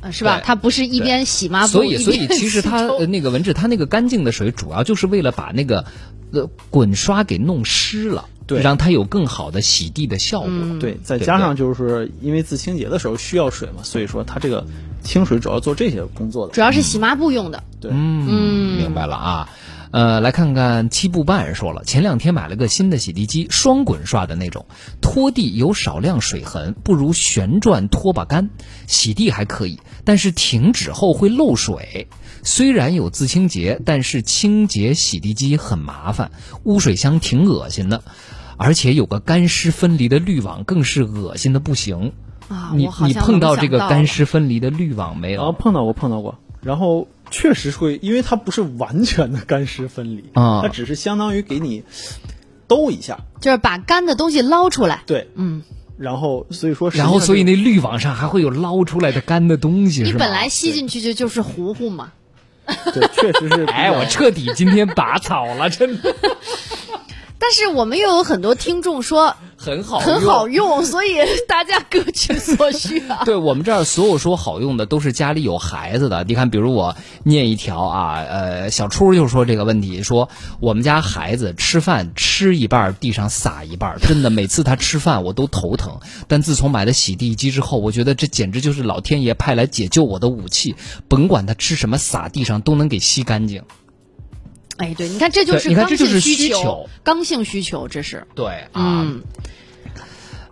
C: 呃是吧？
B: 对
C: 啊它不是一边洗抹布，
B: 所以
C: 一边
B: 所以其实它
C: [LAUGHS] 吸
B: 呃
C: 抽
B: 那个文治，它那个干净的水主要就是为了把那个呃滚刷给弄湿了，
D: 对
B: 让它有更好的洗地的效果。
C: 嗯
D: 对，再
B: 对
D: 加
B: 不对
D: 上就是因为自清洁的时候需要水嘛，所以说它这个清水主要做这些工作的。
C: 主要是洗抹布用的，
D: 对，
B: 嗯，明白了啊。呃，来看看七步半说了，前两天买了个新的洗地机，双滚刷的那种，拖地有少量水痕，不如旋转拖把杆，洗地还可以，但是停止后会漏水。虽然有自清洁，但是清洁洗地机很麻烦，污水箱挺恶心的，而且有个干湿分离的滤网更是恶心的不行。
C: 啊
B: 你
C: 我好像
B: 你碰到这个
C: 能想到
B: 干
C: 了
B: 湿分离的滤网没
D: 然后
B: 有？
D: 碰到过，碰到过，然后确实会，因为它不是完全的干湿分离，
B: 啊
D: 它只是相当于给你兜一下，
C: 就是把干的东西捞出来，
D: 对，
C: 嗯，
D: 然后所以说实际
B: 然
D: 上
B: 后，
D: 就，
B: 所以那滤网上还会有捞出来的干的东西，
C: 你
B: 是吧
C: 本来吸进去就就是糊糊嘛。
D: 对，确实是比较，
B: 哎，我彻底今天拔草了，真
D: [LAUGHS]
B: 的
C: 但是我们又有很多听众说
B: 很好，
C: 很好。用，
B: [LAUGHS]
C: 所以大家各取所需啊。
B: 对我们这儿所有说好用的都是家里有孩子的。你看，比如我念一条啊，呃，小初就说这个问题，说我们家孩子吃饭吃一半儿地上撒一半儿，真的每次他吃饭我都头疼。但自从买了洗地机之后，我觉得这简直就是老天爷派来解救我的武器，甭管他吃什么撒地上都能给吸干净。
C: 哎，对，你看这就
B: 对
C: 是
B: 你看
C: 刚
B: 这
C: 性
B: 就是需
C: 需
B: 求
C: 刚性需求，这是
B: 对啊，
C: 嗯。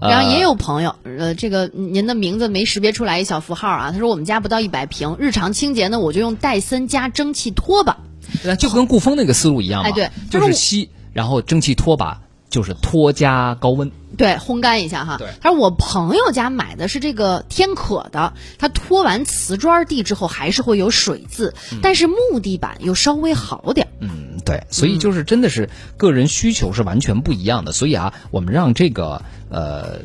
C: 然后
B: 呃
C: 也有朋友，呃，这个您的名字没识别出来一小符号啊。他说我们家不到一百平，日常清洁呢，我就用戴森加蒸汽拖把。
B: 那就跟顾风那个思路一样嘛，
C: 哎对
B: 就
C: 就是是
B: 吸，然后蒸汽拖把就是拖加高温，
C: 对，烘干一下哈。
B: 对
C: 他说我朋友家买的是这个天可的，他拖完瓷砖地之后还是会有水渍，但是木地板又稍微好点儿。
B: 嗯，对，所以就是真的是个人需求是完全不一样的，所以啊，我们让这个呃。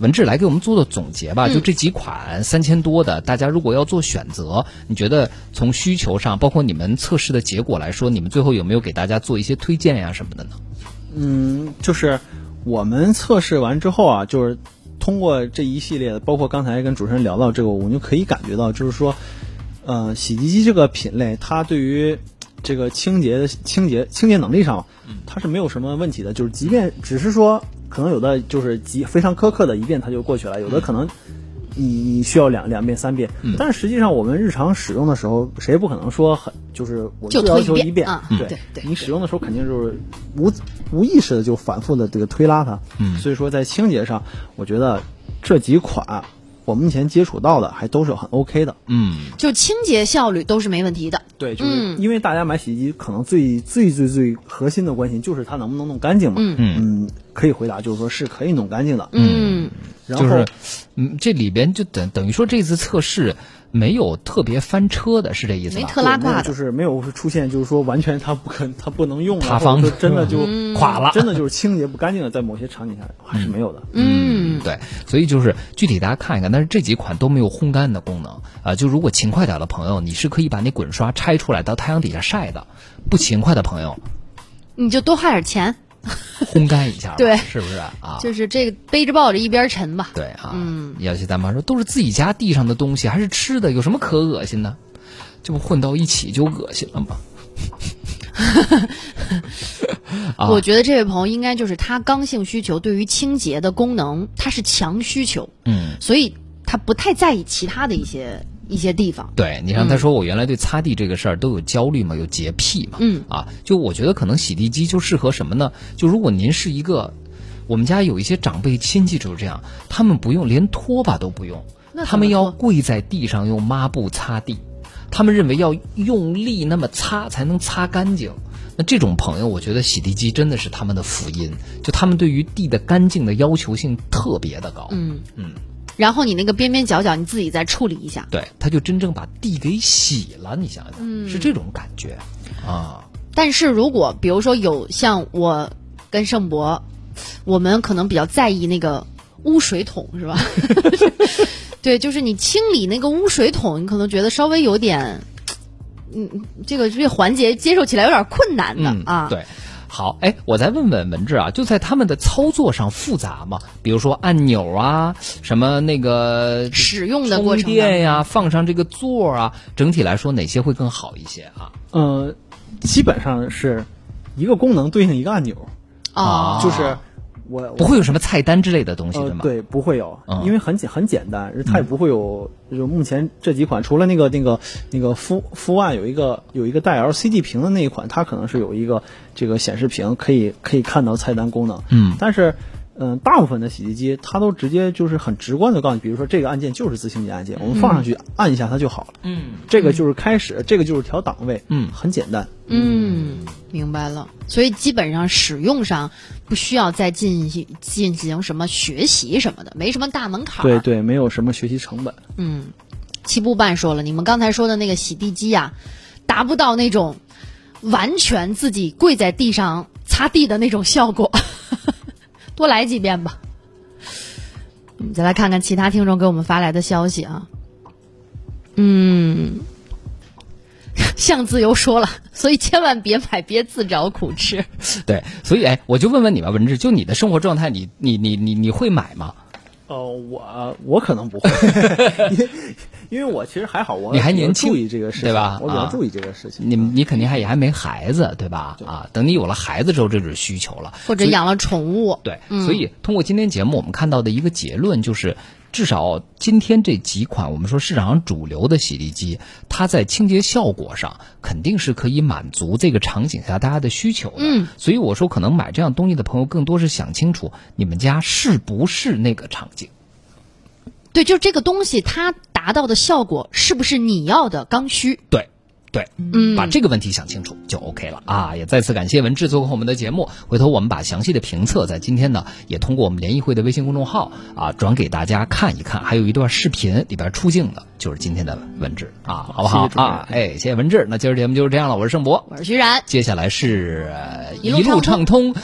B: 文志来给我们做做总结
C: 嗯
B: 吧，就这几款三千多的，大家如果要做选择，你觉得从需求上，包括你们测试的结果来说，你们最后有没有给大家做一些推荐呀、什么的呢？
D: 嗯，就是我们测试完之后啊，就是通过这一系列的，包括刚才跟主持人聊到这个，我们就可以感觉到，就是说，呃，洗涤机这个品类，它对于这个清洁的清洁清洁能力上，它是没有什么问题的。就是即便只是说，可能有的就是极非常苛刻的一遍它就过去了，有的可能。你你需要两两遍三遍，
C: 嗯
D: 但是实际上我们日常使用的时候，谁也不可能说很就是我
C: 就
D: 要
C: 推
D: 求
C: 一遍
D: 一遍，
C: 啊
D: 对
C: 对对
D: 你使用的时候肯定就是无无意识的就反复的这个推拉它，嗯，所以说在清洁上，我觉得这几款我目前接触到的还都是很 OK 的，
B: 嗯，
C: 就清洁效率都是没问题的。
D: 对，就是因为大家买洗衣机可能最最最最核心的关心就是它能不能弄干净嘛，
C: 嗯
D: 嗯，可以回答就是说是可以弄干净的，
C: 嗯，
D: 然后、
B: 就是，嗯，这里边就等等于说这次测试没有特别翻车的，是这意思吧？
C: 没特拉
D: 没有
C: 胯
D: 就
C: 的。
D: 是没有出现就是说完全它不可它不能用了，
B: 塌
D: 或者
B: 方
D: 说真的就
C: 嗯
B: 垮了
D: 真的就是清洁不干净的，在某些场景下还是没有的，
C: 嗯，
B: 对，所以就是具体大家看一看，但是这几款都没有烘干的功能啊、就如果勤快点的朋友，你是可以把那滚刷拆出来到太阳底下晒的；不勤快的朋友，
C: 你就多花点钱，
B: 烘干一下吧，
C: [LAUGHS] 对
B: 是不是啊？
C: 就是这个背着抱着一边沉吧。
B: 对啊，嗯，要些大妈说都是自己家地上的东西，还是吃的，有什么可恶心的？这不混到一起就恶心了吗？啊
C: 我觉得这位朋友应该就是他刚性需求对于清洁的功能，它是强需求，
B: 嗯，
C: 所以他不太在意其他的一些一些地方。
B: 对你
C: 嗯
B: 让他说我原来对擦地这个事儿都有焦虑嘛，有洁癖嘛，
C: 嗯
B: 啊，就我觉得可能洗地机就适合什么呢？就如果您是一个，我们家有一些长辈亲戚就是这样，他们不用连拖把都不用
C: 那怎么，
B: 他们要
C: 做
B: 跪在地上用抹布擦地，他们认为要用力那么擦才能擦干净。那这种朋友，我觉得洗地机真的是他们的福音，就他们对于地的干净的要求性特别的高。
C: 嗯
B: 嗯，
C: 然后你那个边边角角你自己再处理一下。
B: 对，他就真正把地给洗了。你想想，
C: 嗯
B: 是这种感觉啊。
C: 但是如果比如说有像我跟盛博，我们可能比较在意那个污水桶是吧？ [LAUGHS] 对，就是你清理那个污水桶，你可能觉得稍微有点，嗯，这个这个环节接受起来有点困难的、
B: 嗯
C: 啊。
B: 对。好，哎，我再问问文志啊，就在他们的操作上复杂吗？比如说按钮啊，什么那个
C: 使用的过程
B: 充电呀、放上这个座儿啊，整体来说哪些会更好一些啊？
D: 呃，基本上是一个功能对应一个按钮，
C: 啊，
D: 就是我我
B: 不会有什么菜单之类的东西
D: 呃
B: 的吗？，
D: 对，不会有，
B: 嗯
D: 因为很简很简单，它也不会有。就目前这几款，除了那个那个那个肤肤万有一个有一个带 LCD 屏的那一款，它可能是有一个这个显示屏，可以可以看到菜单功能。
B: 嗯
D: 但是。嗯，大部分的洗涤机它都直接就是很直观的告诉你，比如说这个按键就是自清洁按键，我们放上去按一下它就好了。
B: 嗯
D: 这个就是开始，这个就是调档位，
B: 嗯
D: 很简单。
C: 嗯，明白了。所以基本上使用上不需要再进行进行什么学习什么的，没什么大
B: 啊
C: 门槛。
D: 对。对，没有什么学习成本。
C: 嗯，七步半说了，你们刚才说的那个洗地机呀、达不到那种完全自己跪在地上擦地的那种效果， [LAUGHS] 多来几遍吧。我们再来看看其他听众给我们发来的消息啊。嗯， [LAUGHS] 向自由说了，所以千万别买，别自找苦吃。
B: 对，所以哎，我就问问你吧，文志，就你的生活状态，你你你你你会买吗？
D: 哦，我我可能不
B: [LAUGHS]
D: 会，因为因为我其实还好，我
B: 你还
D: 比较
B: 年轻
D: 注意这个事情，
B: 对吧
D: 我比较
B: 啊
D: 注意这个事情。嗯
B: 你你肯定还也还没孩子对吧？啊，等你有了孩子之后，这就是需求了。
C: 或者养了宠物，
B: 对，所以通过今天节目，我们看到的一个结论就是，至少今天这几款我们说市场上主流的洗涤机，它在清洁效果上肯定是可以满足这个场景下大家的需求的。嗯，所以我说，可能买这样东西的朋友更多是想清楚，你们家是不是那个场景？
C: 对，就这个东西它达到的效果是不是你要的刚需？
B: 对。对，嗯，把这个问题想清楚就 OK 了啊！也再次感谢文志做客我们的节目，回头我们把详细的评测在今天呢，也通过我们联谊会的微信公众号啊转给大家看一看，还有一段视频里边出镜的就是今天的文志啊，好不好
D: 谢谢主持人
B: 啊？哎，谢谢文志，那今儿节目就是这样了，我是盛博，
C: 我是徐然，
B: 接下来是呃
C: 一路畅
B: 畅通。